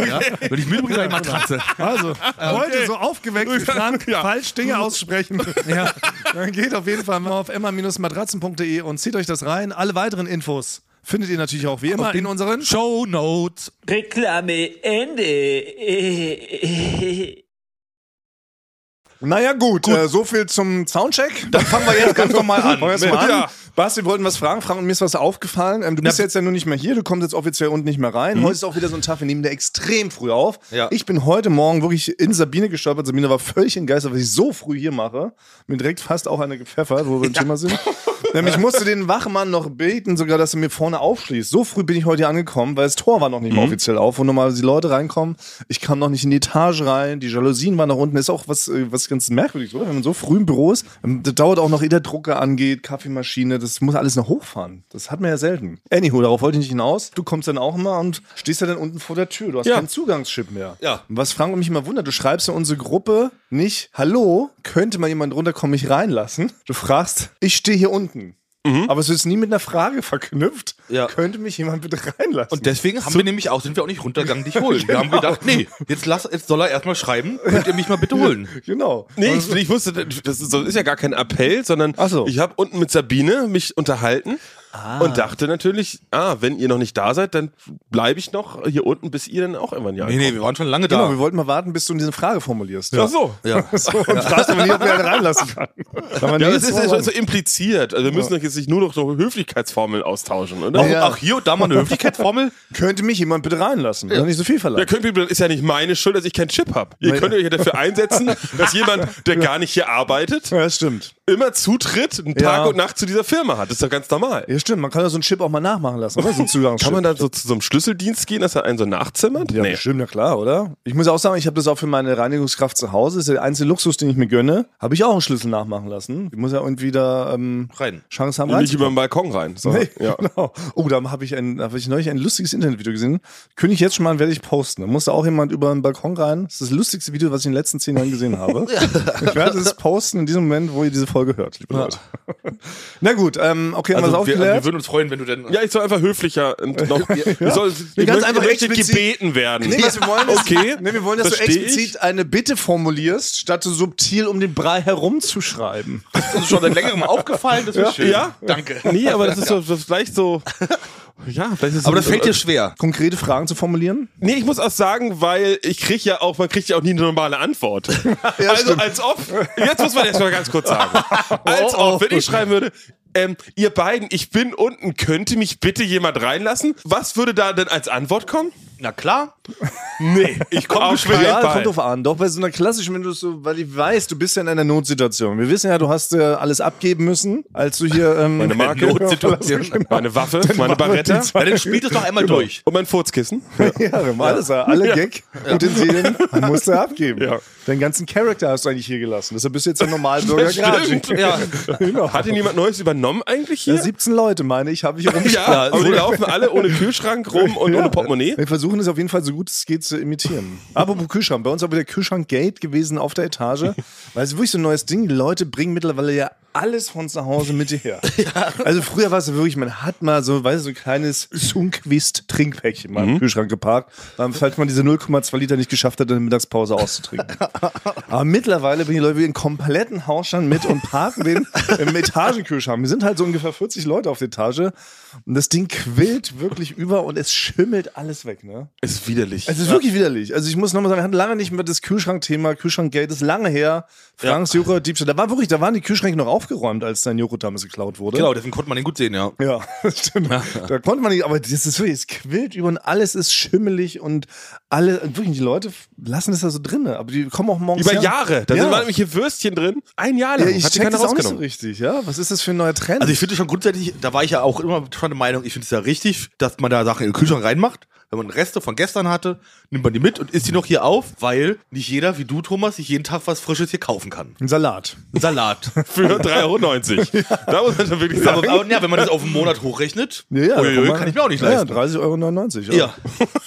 [SPEAKER 1] ja? Wenn ich müde bin, sage ich Matratze.
[SPEAKER 6] Also, heute so aufgeweckt wie Frank, falsch Dinge aussprechen. ja. Dann geht auf jeden Fall mal auf emma-matratzen.de und zieht euch das rein. Alle weiteren Infos findet ihr natürlich auch wie immer in unseren
[SPEAKER 1] Show Notes.
[SPEAKER 5] Reklame Ende. Äh, äh, äh.
[SPEAKER 2] Naja, gut. Äh, so viel zum Soundcheck. Dann fangen wir jetzt ganz normal an. Fangen wir jetzt mal an. Basti, wir wollten was fragen. Frank, und mir ist was aufgefallen. Ähm, du bist jetzt ja nur nicht mehr hier. Du kommst jetzt offiziell unten nicht mehr rein. Heute ist auch wieder so ein Tag, wir nehmen da extrem früh auf.
[SPEAKER 1] Ja.
[SPEAKER 2] Ich bin heute Morgen wirklich in Sabine gestolpert. Sabine war völlig entgeistert, was ich so früh hier mache. Mir direkt fast auch eine gepfeffert, wo wir im Thema sind. Nämlich ich musste den Wachmann noch beten, sogar, dass er mir vorne aufschließt. So früh bin ich heute hier angekommen, weil das Tor war noch nicht mal offiziell auf, wo normal die Leute reinkommen. Ich kam noch nicht in die Etage rein, die Jalousien waren nach unten. Ist auch was, äh, was ganz merkwürdiges, oder? Wenn man so früh im Büro ist, ähm, das dauert auch noch, ehe der Drucker angeht, Kaffeemaschine, das muss alles noch hochfahren. Das hat man ja selten. Anywho, darauf wollte ich nicht hinaus. Du kommst dann auch immer und stehst ja dann unten vor der Tür. Du hast keinen Zugangschip mehr.
[SPEAKER 1] Ja.
[SPEAKER 2] Was Frank mich immer wundert, du schreibst in unsere Gruppe nicht, hallo, könnte mal jemand runterkommen, mich reinlassen? Du fragst, ich stehe hier unten. Aber es ist nie mit einer Frage verknüpft.
[SPEAKER 1] Ja.
[SPEAKER 2] Könnte mich jemand bitte reinlassen?
[SPEAKER 1] Und deswegen haben wir nämlich auch, sind wir auch nicht runtergegangen, dich holen. Wir haben gedacht, nee, jetzt, lass, jetzt soll er erstmal schreiben, könnt ihr mich mal bitte holen.
[SPEAKER 2] genau.
[SPEAKER 3] Nee, ich, ich wusste, das ist, das ist ja gar kein Appell, sondern
[SPEAKER 2] Ach so.
[SPEAKER 3] ich habe unten mit Sabine mich unterhalten und dachte natürlich, ah, wenn ihr noch nicht da seid, dann bleibe ich noch hier unten, bis ihr dann auch irgendwann ja.
[SPEAKER 1] Nee, nee, wir waren schon lange
[SPEAKER 2] Genau,
[SPEAKER 1] da.
[SPEAKER 2] wir wollten mal warten, bis du diese Frage formulierst.
[SPEAKER 6] Ach so.
[SPEAKER 1] ja.
[SPEAKER 2] So, und fragst aber nicht, ob wir einen reinlassen kann. Aber
[SPEAKER 3] Ja,
[SPEAKER 2] nee,
[SPEAKER 3] das ist ja
[SPEAKER 2] so-
[SPEAKER 3] schon so impliziert. Also wir müssen doch jetzt nicht nur noch so Höflichkeitsformeln austauschen, oder?
[SPEAKER 1] Auch,
[SPEAKER 2] Ja.
[SPEAKER 1] Ach, hier und da mal eine Höflichkeitsformel.
[SPEAKER 2] Könnte mich jemand bitte reinlassen? Ja. Nicht so viel
[SPEAKER 3] Ja,
[SPEAKER 2] verlangen.
[SPEAKER 3] könnt ihr, das ist ja nicht meine Schuld, dass ich keinen Chip habe. Ihr
[SPEAKER 2] Nee.
[SPEAKER 3] könnt euch ja dafür einsetzen, dass jemand, der gar nicht hier arbeitet,
[SPEAKER 2] Ja, das stimmt.
[SPEAKER 3] immer Zutritt einen
[SPEAKER 2] Ja.
[SPEAKER 3] Tag und Nacht zu dieser Firma hat. Das ist doch ganz normal.
[SPEAKER 2] Ja, stimmt. Man kann ja so einen Chip auch mal nachmachen lassen, oder? So einen Zugangschip.
[SPEAKER 3] Kann man dann so zu so einem Schlüsseldienst gehen, dass er einen so nachzimmert?
[SPEAKER 2] Ja, bestimmt, na klar, oder? Ich muss auch sagen, ich habe das auch für meine Reinigungskraft zu Hause. Das ist der einzige Luxus, den ich mir gönne. Habe ich auch einen Schlüssel nachmachen lassen. Ich muss ja irgendwie da ähm,
[SPEAKER 1] Rein.
[SPEAKER 2] Chance haben,
[SPEAKER 3] Nicht über
[SPEAKER 2] reinzukommen.
[SPEAKER 3] den Balkon rein. So.
[SPEAKER 2] Nee,
[SPEAKER 3] Ja.
[SPEAKER 2] genau. Oh, da habe ich, ein, da hab ich neulich ein lustiges Internetvideo gesehen. Kündige ich jetzt schon mal an, werde ich posten. Da musste auch jemand über den Balkon rein. Das ist das lustigste Video, was ich in den letzten zehn Jahren gesehen habe. Ich werde es posten in diesem Moment, wo ihr diese Folge hört, liebe Leute. Na gut, ähm, okay, haben wir es
[SPEAKER 1] Also, wir, wir
[SPEAKER 2] aufgeklärt.
[SPEAKER 1] würden uns freuen, wenn du dann.
[SPEAKER 3] ja, ich soll einfach höflicher und noch. Ich soll, ich
[SPEAKER 2] ganz
[SPEAKER 3] möchte,
[SPEAKER 2] einfach
[SPEAKER 3] ich möchte
[SPEAKER 2] explizit-
[SPEAKER 3] gebeten werden.
[SPEAKER 2] Nee, was wir wollen ist,
[SPEAKER 3] Okay,
[SPEAKER 2] nee, wir wollen, dass du
[SPEAKER 3] versteh ich.
[SPEAKER 2] explizit eine Bitte formulierst, statt so subtil um den Brei herumzuschreiben.
[SPEAKER 1] Das ist schon seit längerem aufgefallen, das ist schön.
[SPEAKER 3] Ja?
[SPEAKER 1] Danke.
[SPEAKER 3] Nee, aber das ist so, so vielleicht so. Ja, vielleicht ist es
[SPEAKER 1] Aber das
[SPEAKER 3] so,
[SPEAKER 1] fällt dir schwer.
[SPEAKER 2] Konkrete Fragen zu formulieren?
[SPEAKER 3] Nee, ich muss auch sagen, weil ich krieg ja auch, man kriegt ja auch nie eine normale Antwort. also als ob, jetzt muss man erst mal ganz kurz sagen,
[SPEAKER 2] Oh,
[SPEAKER 3] als ob, wenn ich schreiben würde, ähm, ihr beiden, ich bin unten, könnte mich bitte jemand reinlassen? Was würde da denn als Antwort kommen?
[SPEAKER 1] Na klar.
[SPEAKER 3] Nee, ich komme auf
[SPEAKER 2] Ja,
[SPEAKER 3] keinen
[SPEAKER 2] das kommt
[SPEAKER 3] Fall.
[SPEAKER 2] drauf an. Doch bei so einer klassischen, wenn du es so, weil ich weiß, du bist ja in einer Notsituation. Wir wissen ja, du hast äh, alles abgeben müssen, als du hier ähm,
[SPEAKER 3] Meine Marke,
[SPEAKER 2] Notsituation.
[SPEAKER 3] meine Waffe, meine Barretta
[SPEAKER 1] Ja, dann spielt es doch einmal durch.
[SPEAKER 3] und mein Furzkissen.
[SPEAKER 2] Ja, wir haben alles, äh, alle Gag und den Seelen musst du abgeben. Deinen ganzen Charakter hast du eigentlich hier gelassen. Deshalb bist du jetzt ein Normalbürger gerade.
[SPEAKER 3] Stimmt. Ja.
[SPEAKER 2] Genau.
[SPEAKER 3] Hat ihn jemand Neues übernommen eigentlich
[SPEAKER 2] Ja,
[SPEAKER 3] hier?
[SPEAKER 2] 17 Leute, meine ich, habe ich hier
[SPEAKER 3] Ja,
[SPEAKER 2] rumgesprungen.
[SPEAKER 3] aber die laufen alle ohne Kühlschrank rum und ohne Portemonnaie.
[SPEAKER 2] Wir versuchen es auf jeden Fall so gut es geht zu imitieren. Apropos Kühlschrank. Bei uns war wieder Kühlschrank-Gate gewesen auf der Etage. Weil es ist wirklich so ein neues Ding. Die Leute bringen mittlerweile ja alles von zu Hause mit hierher. Also früher war es so wirklich, man hat mal so, weißt du, so ein kleines Sunkquist-Trinkpäckchen mal
[SPEAKER 3] Mhm.
[SPEAKER 2] im Kühlschrank geparkt, weil- falls man diese 0,2 Liter nicht geschafft hat, in der Mittagspause auszutrinken. Aber mittlerweile bringen die Leute ihren kompletten Hausstand mit und parken den im Etagenkühlschrank. Wir sind halt so ungefähr 40 Leute auf der Etage und das Ding quillt wirklich über und es schimmelt alles weg, ne?
[SPEAKER 3] Ist widerlich.
[SPEAKER 2] Es ist wirklich widerlich. Also ich muss nochmal sagen, wir hatten lange nicht mehr das Kühlschrankthema, Kühlschrankgeld ist lange her. Franks Joghurt, Diebstahl. Da war wirklich, da waren die Kühlschränke noch aufgeräumt, als dein Joghurt damals geklaut wurde.
[SPEAKER 1] Genau, deswegen konnte man den gut sehen, ja.
[SPEAKER 2] Ja, stimmt. Da konnte man nicht, aber das ist wirklich, es quillt über und alles ist schimmelig und alle, und wirklich, die Leute lassen das da so drin, aber die kommen auch morgens.
[SPEAKER 3] Über
[SPEAKER 2] her.
[SPEAKER 3] Jahre. Da
[SPEAKER 2] ja.
[SPEAKER 3] sind waren nämlich hier Würstchen drin. Ein Jahr lang.
[SPEAKER 2] ja, ich
[SPEAKER 3] Hat sie
[SPEAKER 2] check
[SPEAKER 3] keiner
[SPEAKER 2] das auch nicht so
[SPEAKER 3] rausgenommen.
[SPEAKER 2] richtig, ja? Was ist das für ein neuer Trend?
[SPEAKER 1] Also ich finde schon grundsätzlich, da war ich ja auch immer schon der Meinung, ich finde es ja richtig, dass man da Sachen in den Kühlschrank reinmacht. Wenn man Reste von gestern hatte, nimmt man die mit und isst die noch hier auf, weil nicht jeder, wie du, Thomas, sich jeden Tag was Frisches hier kaufen kann.
[SPEAKER 2] ein Salat.
[SPEAKER 1] Ein Salat.
[SPEAKER 3] Für 3,90 Euro. Da muss man schon wirklich sagen.
[SPEAKER 1] aber, aber ja, wenn man das auf einen Monat hochrechnet,
[SPEAKER 2] Ja, ja,
[SPEAKER 1] uiuiui, kann ich mir auch nicht leisten.
[SPEAKER 2] Ja, 30,99 Euro.
[SPEAKER 1] Ja,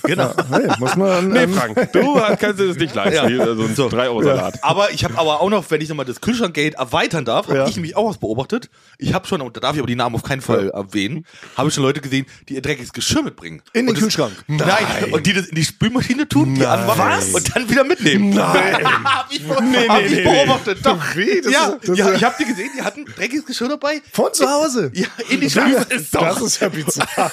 [SPEAKER 1] genau.
[SPEAKER 2] Hey, muss man.
[SPEAKER 3] Nee,
[SPEAKER 2] ähm,
[SPEAKER 3] Frank, du hast- kannst dir das nicht leisten.
[SPEAKER 1] Ja.
[SPEAKER 3] Also ein 3-Euro-Salat.
[SPEAKER 1] Aber ich habe aber auch noch, wenn ich nochmal das Kühlschrankgate erweitern darf, habe ich nämlich auch was beobachtet. Ich habe schon, und da darf ich aber die Namen auf keinen Fall erwähnen, habe ich schon Leute gesehen, die ihr dreckiges Geschirr mitbringen.
[SPEAKER 2] In den
[SPEAKER 1] und das-
[SPEAKER 2] Kühlschrank?
[SPEAKER 1] Nein. Und die das in die Spülmaschine tun, die anmachen und dann wieder mitnehmen. Nein. habe ich, be- hab ich beobachtet. Doch. ja, ja, ich habe die gesehen, die hatten dreckiges Geschirr dabei.
[SPEAKER 2] Von zu Hause.
[SPEAKER 1] Ja, in die Spülmaschine. ist
[SPEAKER 2] Das ist ja bizarr.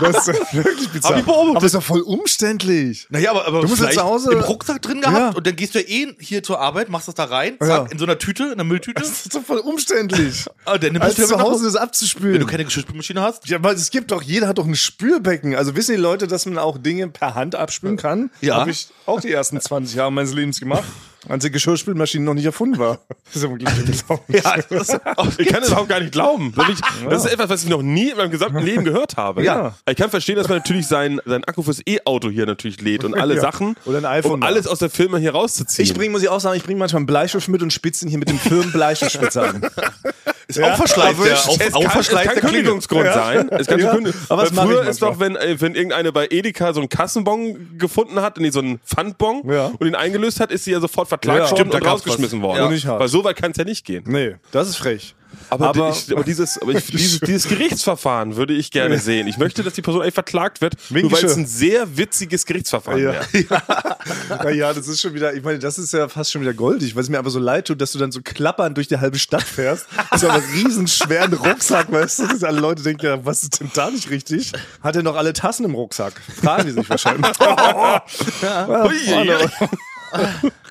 [SPEAKER 2] Das ist wirklich bizarr.
[SPEAKER 1] Hab ich beobachtet.
[SPEAKER 2] Aber das ist ja voll umständlich.
[SPEAKER 1] Naja, aber, aber
[SPEAKER 2] Du musst ja
[SPEAKER 1] vielleicht
[SPEAKER 2] zu Hause-
[SPEAKER 1] im Rucksack drin gehabt
[SPEAKER 2] Ja.
[SPEAKER 1] und dann gehst du ja eh hier zur Arbeit, machst das da rein, zack,
[SPEAKER 2] Ja.
[SPEAKER 1] in so einer Tüte, in einer Mülltüte.
[SPEAKER 2] Das ist doch voll umständlich.
[SPEAKER 1] Und dann nimmst
[SPEAKER 2] Als
[SPEAKER 1] du wieder
[SPEAKER 2] zu
[SPEAKER 1] mit nach
[SPEAKER 2] Hause das
[SPEAKER 1] Wenn du
[SPEAKER 2] abzuspülen.
[SPEAKER 1] keine Geschirrspülmaschine hast?
[SPEAKER 2] Ja, weil es gibt doch, jeder hat doch ein Spülbecken. Also wissen die Leute, dass man auch Dinge per Hand abspülen kann?
[SPEAKER 1] Ja.
[SPEAKER 2] Habe ich auch die ersten 20 Jahre meines Lebens gemacht, als die Geschirrspülmaschine noch nicht erfunden war. Das ist ja wirklich
[SPEAKER 1] Ja, das,
[SPEAKER 2] Oh,
[SPEAKER 3] Ich kann das auch gar nicht
[SPEAKER 2] Ah.
[SPEAKER 3] glauben. Das ist- Das ist etwas, was ich noch nie in meinem gesamten Leben gehört habe.
[SPEAKER 2] Ja.
[SPEAKER 3] Ich kann verstehen, dass man natürlich seinen sein Akku fürs E-Auto hier natürlich lädt und alle
[SPEAKER 2] Ja.
[SPEAKER 3] Sachen,
[SPEAKER 2] Oder ein iPhone
[SPEAKER 3] um
[SPEAKER 2] noch.
[SPEAKER 3] alles aus der Firma hier rauszuziehen.
[SPEAKER 2] Ich bringe, muss ich auch sagen, ich bringe manchmal einen Bleistift mit und spitze ihn hier mit dem Firmen Bleistiftspitze an.
[SPEAKER 1] ist auch verschleiert.
[SPEAKER 2] aber es-
[SPEAKER 1] Auf,
[SPEAKER 3] es
[SPEAKER 1] auch
[SPEAKER 3] kann, es
[SPEAKER 1] verschleiert
[SPEAKER 3] kann
[SPEAKER 1] der Kündigung.
[SPEAKER 3] Kündigungsgrund sein. Es kann
[SPEAKER 2] Ja.
[SPEAKER 3] schon Kündigung.
[SPEAKER 2] Aber
[SPEAKER 3] Weil
[SPEAKER 2] das mache
[SPEAKER 3] früher
[SPEAKER 2] ich
[SPEAKER 3] ist doch,
[SPEAKER 2] manchmal.
[SPEAKER 3] wenn, äh, wenn irgendeine bei Edeka so einen Kassenbon gefunden hat, nee, so einen Pfandbon
[SPEAKER 2] Ja.
[SPEAKER 3] und ihn eingelöst hat, ist sie ja sofort verklagt
[SPEAKER 2] Ja.
[SPEAKER 3] worden
[SPEAKER 2] Stimmt,
[SPEAKER 1] da
[SPEAKER 3] und
[SPEAKER 1] gab's was.
[SPEAKER 3] rausgeschmissen worden.
[SPEAKER 2] Ja. Nicht hart.
[SPEAKER 3] Weil so weit kann es ja nicht gehen.
[SPEAKER 2] Nee, das ist frech.
[SPEAKER 3] Aber,
[SPEAKER 2] Aber-
[SPEAKER 3] die- ich, aber, dieses, aber ich, dieses, dieses Gerichtsverfahren würde ich gerne sehen. Ich möchte, dass die Person eigentlich verklagt wird, nur weil
[SPEAKER 2] Geschirr.
[SPEAKER 3] es ein sehr witziges Gerichtsverfahren
[SPEAKER 2] Ja.
[SPEAKER 3] wäre.
[SPEAKER 2] Ja, ja, das ist schon wieder, ich meine, das ist ja fast schon wieder goldig, weil es mir aber so leid tut, dass du dann so klappernd durch die halbe Stadt fährst. Das ist aber einen riesenschweren Rucksack, weißt du? Dass alle Leute denken, ja, was ist denn da nicht richtig? Hat er noch alle Tassen im Rucksack? Fragen die sich wahrscheinlich. ja, hallo.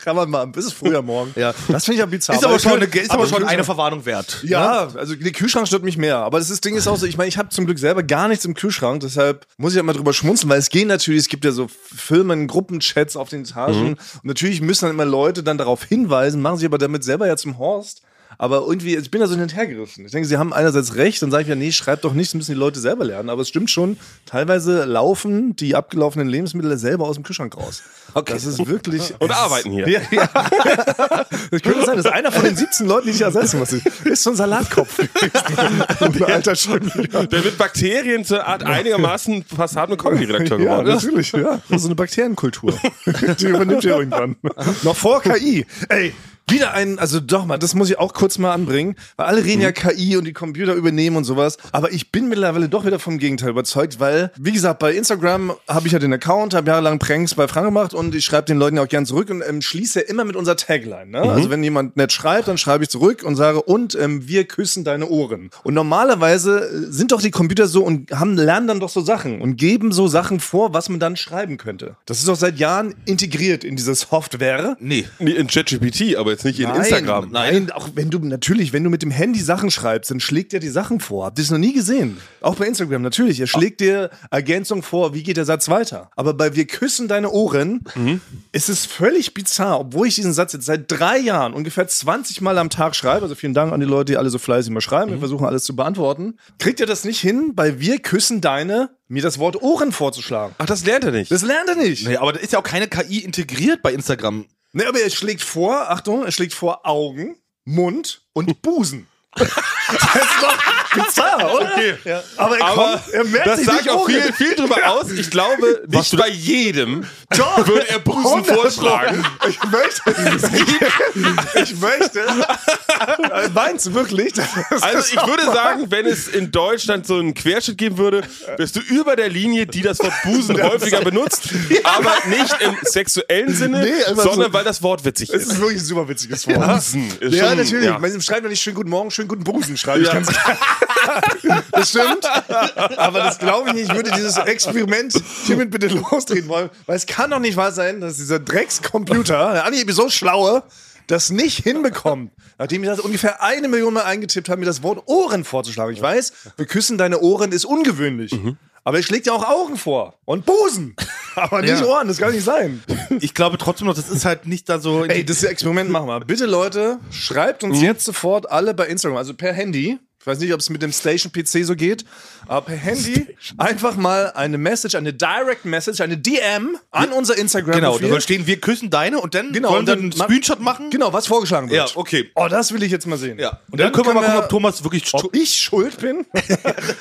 [SPEAKER 2] Kann man mal, bis früher morgen. Ja. Das finde ich ja bizarr.
[SPEAKER 1] Ist aber,
[SPEAKER 2] ich
[SPEAKER 1] schon,
[SPEAKER 2] finde-
[SPEAKER 1] eine, ist aber schon
[SPEAKER 2] ich
[SPEAKER 1] eine
[SPEAKER 2] finde-
[SPEAKER 1] Verwarnung wert.
[SPEAKER 2] ja, also der Kühlschrank stört mich mehr. Aber das ist, Ding ist auch so, ich meine, ich habe zum Glück selber gar nichts im Kühlschrank, deshalb muss ich ja mal drüber schmunzeln, weil es gehen natürlich, es gibt ja so Firmen, Gruppenchats auf den
[SPEAKER 3] Mhm.
[SPEAKER 2] Etagen und natürlich müssen dann immer Leute dann darauf hinweisen, machen sich aber damit selber ja zum Horst. Aber irgendwie, ich bin da so hin und her gerissen. Ich denke, sie haben einerseits recht, dann sage ich ja, nee, schreibt doch nichts, müssen die Leute selber lernen. Aber es stimmt schon, teilweise laufen die abgelaufenen Lebensmittel selber aus dem Kühlschrank raus. Okay. Das ist wirklich.
[SPEAKER 3] Und arbeiten hier.
[SPEAKER 2] Ja, ja. Das könnte sein, dass einer von den 17 Leuten, die ich ersetzen muss, ist so ein Salatkopf. ein alter Schwimmer.
[SPEAKER 3] Der mit Bakterien zur Art einigermaßen passablen Comedy-Redakteur
[SPEAKER 2] Ja,
[SPEAKER 3] geworden. ist.
[SPEAKER 2] natürlich. Ja. Das ist so eine Bakterienkultur. Die übernimmt ja irgendwann. Noch vor KI. Ey, wieder ein, also doch mal, das muss ich auch kurz mal anbringen, weil alle reden
[SPEAKER 3] Mhm.
[SPEAKER 2] ja KI und die Computer übernehmen und sowas. Aber ich bin mittlerweile doch wieder vom Gegenteil überzeugt, weil, wie gesagt, bei Instagram habe ich ja den Account, habe jahrelang Pranks bei Frank gemacht und ich schreibe den Leuten ja auch gern zurück und ähm, schließe ja immer mit unserer Tagline. Ne? Also wenn jemand nett schreibt, dann schreibe ich zurück und sage, und ähm, wir küssen deine Ohren. Und normalerweise äh, sind doch die Computer so und haben, lernen dann doch so Sachen und geben so Sachen vor, was man dann schreiben könnte. Das ist doch seit Jahren integriert in diese Software.
[SPEAKER 1] Nee.
[SPEAKER 3] Nee, In ChatGPT, aber jetzt nicht in Instagram.
[SPEAKER 2] Nein, nein, auch wenn du natürlich, wenn du mit dem Handy Sachen schreibst, dann schlägt er die Sachen vor. Habt ihr es noch nie gesehen? Auch bei Instagram natürlich. Er schlägt dir Ergänzung vor, wie geht der Satz weiter. Aber bei Wir küssen deine Ohren ist es völlig bizarr, obwohl ich diesen Satz jetzt seit drei Jahren ungefähr 20 Mal am Tag schreibe. Also vielen Dank an die Leute, die alle so fleißig mal schreiben. Wir versuchen alles zu beantworten. Kriegt ihr das nicht hin, bei Wir küssen deine, mir das Wort Ohren vorzuschlagen?
[SPEAKER 3] Ach, das lernt er nicht.
[SPEAKER 2] Das lernt er nicht.
[SPEAKER 1] Nee, aber da ist ja auch keine KI integriert bei Instagram.
[SPEAKER 2] Ne, aber er schlägt vor, Achtung, er schlägt vor Augen, Mund und Busen. das ist doch bizarr, oder?
[SPEAKER 3] Okay.
[SPEAKER 2] Ja. Aber er
[SPEAKER 3] aber
[SPEAKER 2] kommt, er merkt
[SPEAKER 3] das
[SPEAKER 2] sich
[SPEAKER 3] sagt
[SPEAKER 2] nicht
[SPEAKER 3] auch
[SPEAKER 2] ohne.
[SPEAKER 3] viel, viel drüber aus. Ich glaube, nicht bei jedem
[SPEAKER 2] Doch.
[SPEAKER 3] würde er Busen
[SPEAKER 2] 100
[SPEAKER 3] vorschlagen.
[SPEAKER 2] Ich möchte dieses Ich möchte. Äh, Meinst du wirklich? Das ist
[SPEAKER 3] Also ich würde sagen, wenn es in Deutschland so einen Querschnitt geben würde, wärst du über der Linie, die das Wort Busen häufiger benutzt, aber nicht im sexuellen Sinne,
[SPEAKER 2] Nee, aber so-
[SPEAKER 3] sondern weil das Wort witzig
[SPEAKER 2] Es
[SPEAKER 3] ist.
[SPEAKER 2] ist wirklich ein super witziges Wort.
[SPEAKER 3] Busen ist
[SPEAKER 2] ja
[SPEAKER 3] schon-
[SPEAKER 2] natürlich.
[SPEAKER 3] ja.
[SPEAKER 2] Man schreibt doch nicht schönen guten Morgen, schönen guten Busen, schreibe ich ganz klar. Das stimmt. Aber das glaube ich nicht. Ich würde dieses Experiment hiermit bitte lostreten wollen. Weil es kann doch nicht wahr sein, dass dieser Dreckscomputer, der Anhieb ist so schlaue, das nicht hinbekommt. Nachdem ich das ungefähr eine Million Mal eingetippt habe, mir das Wort Ohren vorzuschlagen. Ich weiß, wir küssen deine Ohren ist ungewöhnlich.
[SPEAKER 3] Mhm.
[SPEAKER 2] Aber er schlägt ja auch Augen vor. Und Busen. Aber nicht
[SPEAKER 1] Ja.
[SPEAKER 2] Ohren, das kann nicht sein.
[SPEAKER 1] Ich glaube trotzdem noch, das ist halt nicht da so.
[SPEAKER 2] Ey, das Experiment machen wir. Bitte, Leute, schreibt uns jetzt sofort alle bei Instagram, also per Handy. Ich weiß nicht, ob es mit dem Station-PC so geht, aber per Handy einfach mal eine Message, eine Direct Message, eine DM an unser Instagram.
[SPEAKER 1] genau, da soll stehen, wir küssen deine und dann
[SPEAKER 2] Genau,
[SPEAKER 1] wollen
[SPEAKER 2] und
[SPEAKER 1] wir
[SPEAKER 2] dann
[SPEAKER 1] einen
[SPEAKER 2] ma-
[SPEAKER 1] Screenshot machen.
[SPEAKER 2] Genau, was vorgeschlagen wird.
[SPEAKER 1] Ja, okay.
[SPEAKER 2] Oh, das will ich jetzt mal sehen.
[SPEAKER 1] Ja. Und dann, können wir mal gucken, ob
[SPEAKER 2] Thomas.
[SPEAKER 1] Thomas wirklich.
[SPEAKER 2] Ob ich schuld bin?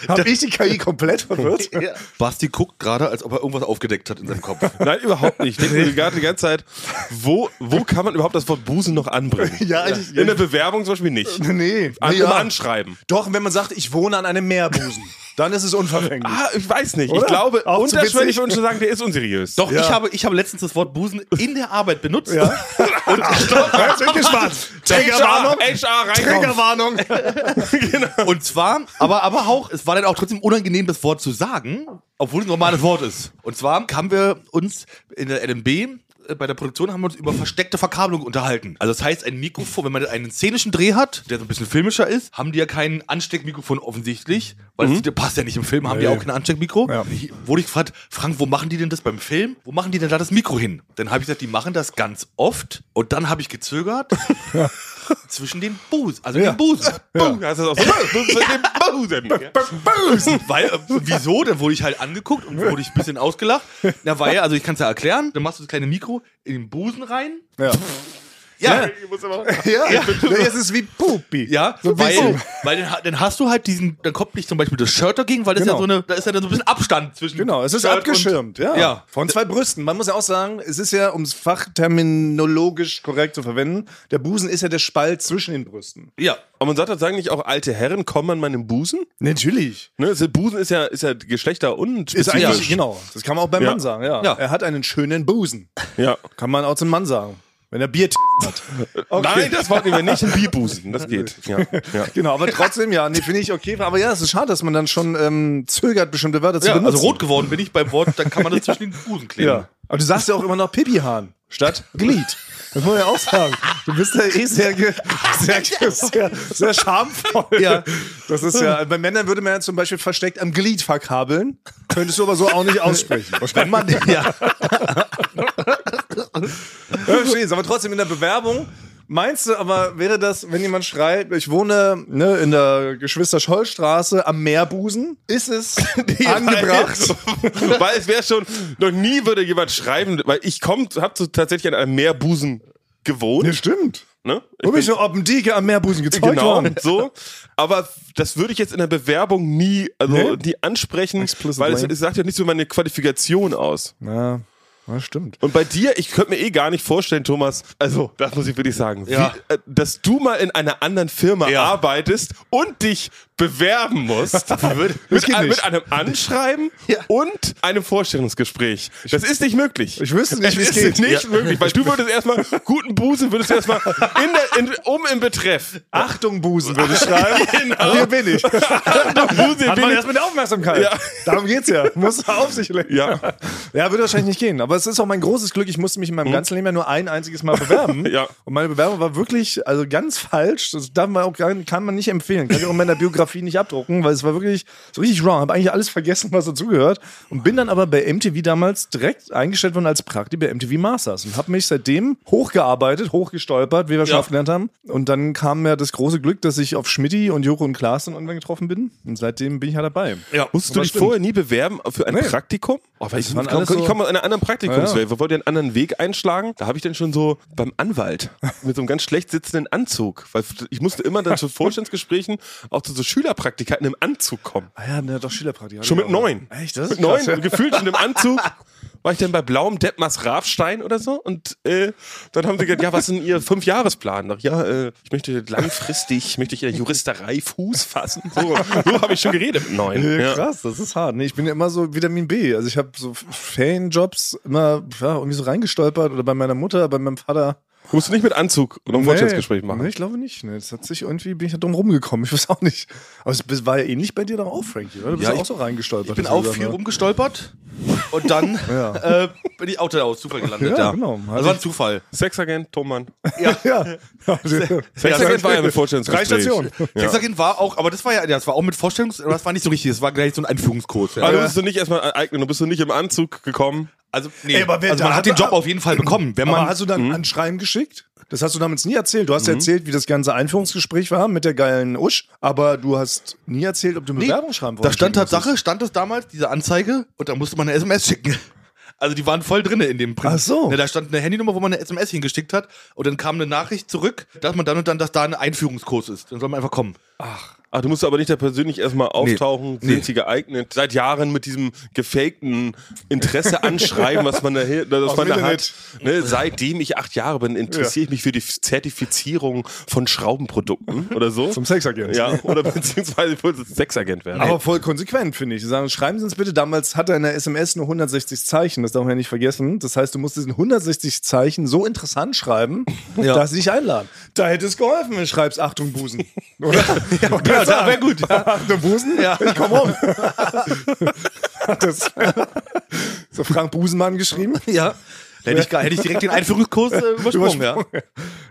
[SPEAKER 2] Hab ich die KI komplett verwirrt?
[SPEAKER 1] Basti guckt gerade, als ob er irgendwas aufgedeckt hat in seinem Kopf.
[SPEAKER 3] Nein, überhaupt nicht. Ich denke mir gerade die ganze Zeit, wo, wo kann man überhaupt das Wort Busen noch anbringen?
[SPEAKER 2] Ja, ich-
[SPEAKER 3] In der Bewerbung zum Beispiel nicht.
[SPEAKER 2] Nee.
[SPEAKER 3] An,
[SPEAKER 2] Ja.
[SPEAKER 3] Immer anschreiben.
[SPEAKER 2] Doch, wenn man sagt, ich wohne an einem Meerbusen, dann ist es unverfänglich.
[SPEAKER 3] Ah, ich weiß nicht.
[SPEAKER 2] Oder?
[SPEAKER 3] Ich glaube,
[SPEAKER 2] Auch zu witzig.
[SPEAKER 3] unterschwellig würden schon sagen, der ist unseriös.
[SPEAKER 1] Doch,
[SPEAKER 2] Ja.
[SPEAKER 1] ich, habe, ich habe letztens das Wort Busen in der Arbeit benutzt.
[SPEAKER 2] Ja, ich bin gespannt.
[SPEAKER 3] HR,
[SPEAKER 2] Triggerwarnung.
[SPEAKER 3] HR reinkommt.
[SPEAKER 2] Triggerwarnung.
[SPEAKER 1] Und zwar, aber, aber auch, es war dann auch trotzdem unangenehm, das Wort zu sagen, obwohl es ein normales Wort ist. Und zwar haben wir uns in der LMB äh, bei der Produktion haben wir uns über versteckte Verkabelung unterhalten. Also das heißt, ein Mikrofon, wenn man einen szenischen Dreh hat, der so ein bisschen filmischer ist, haben die ja kein Ansteckmikrofon offensichtlich, weil das passt Mhm. ja nicht im Film, haben die auch kein Ansteckmikro. Hier Wurde ich gefragt, Frank, wo machen die denn das beim Film? Wo machen die denn da das Mikro hin? Dann habe ich gesagt, die machen das ganz oft und dann habe ich gezögert zwischen den Busen, also den Busen.
[SPEAKER 3] Boom, da ist das auch so. Busen, Busen.
[SPEAKER 1] Weil, äh, wieso? Dann wurde ich halt angeguckt und wurde ich ein bisschen ausgelacht. Na, weil, also ich kann es ja erklären, dann machst du das kleine Mikro in den Busen rein.
[SPEAKER 2] Ja.
[SPEAKER 1] Ja.
[SPEAKER 3] Ich muss aber-
[SPEAKER 2] Ja, Nee, es ist wie Pupi.
[SPEAKER 1] Ja,
[SPEAKER 2] So ein
[SPEAKER 1] weil,
[SPEAKER 2] bisschen.
[SPEAKER 1] weil dann, ha- dann hast du halt diesen, dann kommt nicht zum Beispiel das Shirt dagegen, weil das
[SPEAKER 2] Genau.
[SPEAKER 1] ist ja so eine, da ist ja dann so ein bisschen Abstand zwischen.
[SPEAKER 2] Genau, es ist
[SPEAKER 1] Shirt
[SPEAKER 2] abgeschirmt, ja.
[SPEAKER 1] ja.
[SPEAKER 2] Von zwei Brüsten. Man muss ja auch sagen, es ist ja, um es fachterminologisch korrekt zu verwenden, der Busen ist ja der Spalt zwischen den Brüsten.
[SPEAKER 1] Und, ja.
[SPEAKER 3] Aber man sagt, das sagen nicht auch alte Herren, kommen an meinem Busen?
[SPEAKER 2] Natürlich.
[SPEAKER 3] Ne, also Busen ist ja, ist ja Geschlechter und
[SPEAKER 2] Ist eigentlich,
[SPEAKER 1] Ja.
[SPEAKER 2] genau. Das kann man auch beim
[SPEAKER 3] Ja.
[SPEAKER 2] Mann sagen, ja.
[SPEAKER 1] Ja.
[SPEAKER 2] Er hat einen schönen Busen.
[SPEAKER 3] Ja.
[SPEAKER 2] Kann man auch zum Mann sagen. Wenn er Bier hat.
[SPEAKER 3] Nein, das wollten wir nicht. Ein Bierbusen, das geht. Ja. Ja.
[SPEAKER 2] Genau, aber trotzdem, ja, nee, finde ich okay. Aber ja, es ist schade, dass man dann schon ähm, zögert, bestimmte Wörter zu
[SPEAKER 1] ja
[SPEAKER 2] benutzen.
[SPEAKER 1] also rot geworden bin ich beim Wort, dann kann man das zwischen den Busen kleben.
[SPEAKER 2] Ja. Aber du sagst ja auch immer noch Pipihahn statt Glied. Das muss man ja auch sagen. Du bist ja eh sehr, ge- sehr, ge- sehr, sehr schamvoll.
[SPEAKER 1] Ja.
[SPEAKER 2] Das ist ja, bei Männern würde man ja zum Beispiel versteckt am Glied verkabeln. Könntest du aber so auch nicht aussprechen. Wenn man, ja. Verstehst, aber trotzdem in der Bewerbung. Meinst du aber, wäre das, wenn jemand schreibt, ich wohne ne, in der Geschwister-Scholl-Straße am Meerbusen, ist es angebracht?
[SPEAKER 3] weil es wäre schon, noch nie würde jemand schreiben, weil ich komm, hab so tatsächlich an einem Meerbusen
[SPEAKER 2] Ja,
[SPEAKER 3] gewohnt.
[SPEAKER 2] stimmt.
[SPEAKER 3] Ne? Ich
[SPEAKER 2] Wo bin
[SPEAKER 3] bin-
[SPEAKER 2] ich so auf dem Dieke am Meerbusen gezeugt
[SPEAKER 3] Genau,
[SPEAKER 2] worden?
[SPEAKER 3] so. Aber das würde ich jetzt in der Bewerbung nie, also
[SPEAKER 2] Nee?
[SPEAKER 3] nie ansprechen,
[SPEAKER 2] Explicit
[SPEAKER 3] weil es,
[SPEAKER 2] lame.
[SPEAKER 3] es sagt ja nichts über meine Qualifikation aus.
[SPEAKER 2] Ja, ja stimmt.
[SPEAKER 3] Und bei dir, ich könnte mir eh gar nicht vorstellen, Thomas, also das muss ich wirklich sagen,
[SPEAKER 1] Ja.
[SPEAKER 3] wie, äh, dass du mal in einer anderen Firma
[SPEAKER 1] Ja.
[SPEAKER 3] arbeitest und dich bewerben musst mit,
[SPEAKER 2] geht
[SPEAKER 3] ein-
[SPEAKER 2] nicht.
[SPEAKER 3] mit einem Anschreiben
[SPEAKER 2] Ja.
[SPEAKER 3] und einem Vorstellungsgespräch. Das ist nicht möglich.
[SPEAKER 2] Ich wüsste nicht, wie
[SPEAKER 3] es
[SPEAKER 2] es
[SPEAKER 3] ist
[SPEAKER 2] geht.
[SPEAKER 3] nicht
[SPEAKER 2] Ja.
[SPEAKER 3] möglich, weil du würdest erstmal guten Busen, würdest du erstmal in der, in, um im Betreff.
[SPEAKER 2] Achtung, Busen, würde ich schreiben.
[SPEAKER 3] Genau.
[SPEAKER 2] Hier bin ich.
[SPEAKER 3] Achtung, Busen,
[SPEAKER 2] Hat
[SPEAKER 3] bin
[SPEAKER 2] man
[SPEAKER 3] ich-
[SPEAKER 2] Äh, erst mit der Aufmerksamkeit.
[SPEAKER 3] Ja.
[SPEAKER 2] Darum geht's ja. Muss auf sich lenken.
[SPEAKER 3] Ja.
[SPEAKER 2] ja, würde wahrscheinlich nicht gehen. Aber es ist auch mein großes Glück. Ich musste mich in meinem ganzen Leben ja nur ein einziges Mal bewerben.
[SPEAKER 3] Hm. Ja.
[SPEAKER 2] Und meine Bewerbung war wirklich, also ganz falsch. Das darf man auch gar, kann man nicht empfehlen. Kann ich auch in meiner Biografie nicht abdrucken, weil es war wirklich so richtig wrong. Habe eigentlich alles vergessen, was dazugehört. Und bin dann aber bei MTV damals direkt eingestellt worden als Prakti bei MTV Masters und habe mich seitdem hochgearbeitet, hochgestolpert, wie wir schon
[SPEAKER 1] Ja.
[SPEAKER 2] oft gelernt haben. Und dann kam mir das große Glück, dass ich auf Schmidti und Joko und Klaas dann irgendwann getroffen bin. Und seitdem bin ich ja dabei.
[SPEAKER 1] Ja.
[SPEAKER 3] Musstest du
[SPEAKER 2] Aber
[SPEAKER 3] dich
[SPEAKER 2] stimmt.
[SPEAKER 3] vorher nie bewerben für ein Praktikum? Oh, weil ich
[SPEAKER 2] waren
[SPEAKER 3] komme
[SPEAKER 2] alles
[SPEAKER 3] komm,
[SPEAKER 2] so-
[SPEAKER 3] ich komm aus einer anderen Praktikumswelt.
[SPEAKER 2] Ja,
[SPEAKER 3] Wir wollten einen anderen Weg einschlagen. Da habe ich dann schon so beim Anwalt mit so einem ganz schlecht sitzenden Anzug. Weil ich musste immer dann zu Vorstandsgesprächen auch zu so Schülerpraktikanten im Anzug kommen.
[SPEAKER 2] Ah ja, ne, doch Schülerpraktik.
[SPEAKER 3] Schon mit neun.
[SPEAKER 2] Echt, das ist
[SPEAKER 3] Mit
[SPEAKER 2] krass,
[SPEAKER 3] neun,
[SPEAKER 2] ja.
[SPEAKER 3] gefühlt schon im Anzug. War ich dann bei Blauem Detmers Rafstein oder so? Und äh, dann haben sie gesagt, ja, was ist denn Ihr Fünfjahresplan? Ach, ja, äh, ich möchte langfristig, möchte ich in der Juristerei Fuß fassen. So, so habe ich schon geredet mit neun.
[SPEAKER 2] Ja.
[SPEAKER 3] Ja.
[SPEAKER 2] Krass, das ist hart. Nee, ich bin ja immer so Vitamin B. Also ich habe so Ferienjobs immer ja, irgendwie so reingestolpert oder bei meiner Mutter, bei meinem Vater.
[SPEAKER 3] Musst du nicht mit Anzug noch ein Vorstellungsgespräch machen.
[SPEAKER 2] Nee, ich glaube nicht. Nee, das hat sich irgendwie, bin ich da drum rumgekommen. Ich weiß auch nicht. Aber es war ja ähnlich bei dir doch auch, Frankie, oder? Du bist
[SPEAKER 1] Ja,
[SPEAKER 2] ja auch
[SPEAKER 1] ich-
[SPEAKER 2] so reingestolpert.
[SPEAKER 1] Ich bin
[SPEAKER 2] hast du
[SPEAKER 1] auch
[SPEAKER 2] gesagt,
[SPEAKER 1] viel
[SPEAKER 2] ne?
[SPEAKER 1] rumgestolpert und dann
[SPEAKER 2] Ja.
[SPEAKER 1] äh, bin ich auch da aus Zufall gelandet.
[SPEAKER 2] Ja,
[SPEAKER 1] Ja,
[SPEAKER 2] genau.
[SPEAKER 1] Das war ein Zufall.
[SPEAKER 3] Sexagent, Thomann.
[SPEAKER 2] Ja. ja.
[SPEAKER 3] Sexagent war ja ein
[SPEAKER 2] Drei
[SPEAKER 3] Vorstellungsgespräch.
[SPEAKER 2] Stationen.
[SPEAKER 1] Sexagent war auch, aber das war ja, das war auch mit Vorstellungs, das war nicht so richtig, das war gleich so ein Einführungskurs. Ja.
[SPEAKER 3] Aber du bist du nicht erstmal eignen, du bist du nicht im Anzug gekommen.
[SPEAKER 1] Also, nee,
[SPEAKER 2] Ey, aber wer
[SPEAKER 1] also man
[SPEAKER 2] da-
[SPEAKER 1] hat den Job auf jeden Fall bekommen. Wenn
[SPEAKER 2] Aber
[SPEAKER 1] man, Mhm.
[SPEAKER 2] hast du dann Anschreiben geschickt? Das hast du damals nie erzählt. Du hast ja erzählt, wie das ganze Einführungsgespräch war mit der geilen Usch, aber du hast nie erzählt, ob du eine
[SPEAKER 1] Nee,
[SPEAKER 2] Bewerbung schreiben
[SPEAKER 1] da stand
[SPEAKER 2] schicken musstest.
[SPEAKER 1] Tatsache, stand es damals, diese Anzeige, und da musste man eine SMS schicken. Also die waren voll drinne in dem Prinzip.
[SPEAKER 2] Ach so.
[SPEAKER 1] Ne, da stand eine Handynummer, wo man eine SMS hingeschickt hat und dann kam eine Nachricht zurück, dass man dann und dann, dass da ein Einführungskurs ist. Dann soll man einfach kommen.
[SPEAKER 3] Ach, Ah, du musst aber nicht da persönlich erstmal auftauchen, sind sie geeignet. Seit Jahren mit diesem gefakten Interesse anschreiben, was man da, hier- was
[SPEAKER 2] Auf
[SPEAKER 3] man da hat.
[SPEAKER 2] Internet.
[SPEAKER 3] Ne, seitdem ich acht Jahre bin, interessiere ich mich für die Zertifizierung von Schraubenprodukten oder so.
[SPEAKER 2] Zum Sexagent.
[SPEAKER 3] Ja, oder beziehungsweise ich wollte Sexagent werden.
[SPEAKER 2] Aber voll konsequent, finde ich. Sie sagen, schreiben Sie uns bitte, damals hatte eine SMS nur 160 Zeichen, das darf man ja nicht vergessen. Das heißt, du musst diesen 160 Zeichen so interessant schreiben, dass sie dich einladen. Da hätte es geholfen, wenn du schreibst, Achtung Busen. Oder? ja,
[SPEAKER 1] ja, das wär gut, ja.
[SPEAKER 2] Achtung Busen? Ja. Ich komm rum. das, so Frank Busenmann geschrieben.
[SPEAKER 1] Ja. Hätte ich, gar- hätte ich direkt den Einführungskurs äh, übersprungen, ja.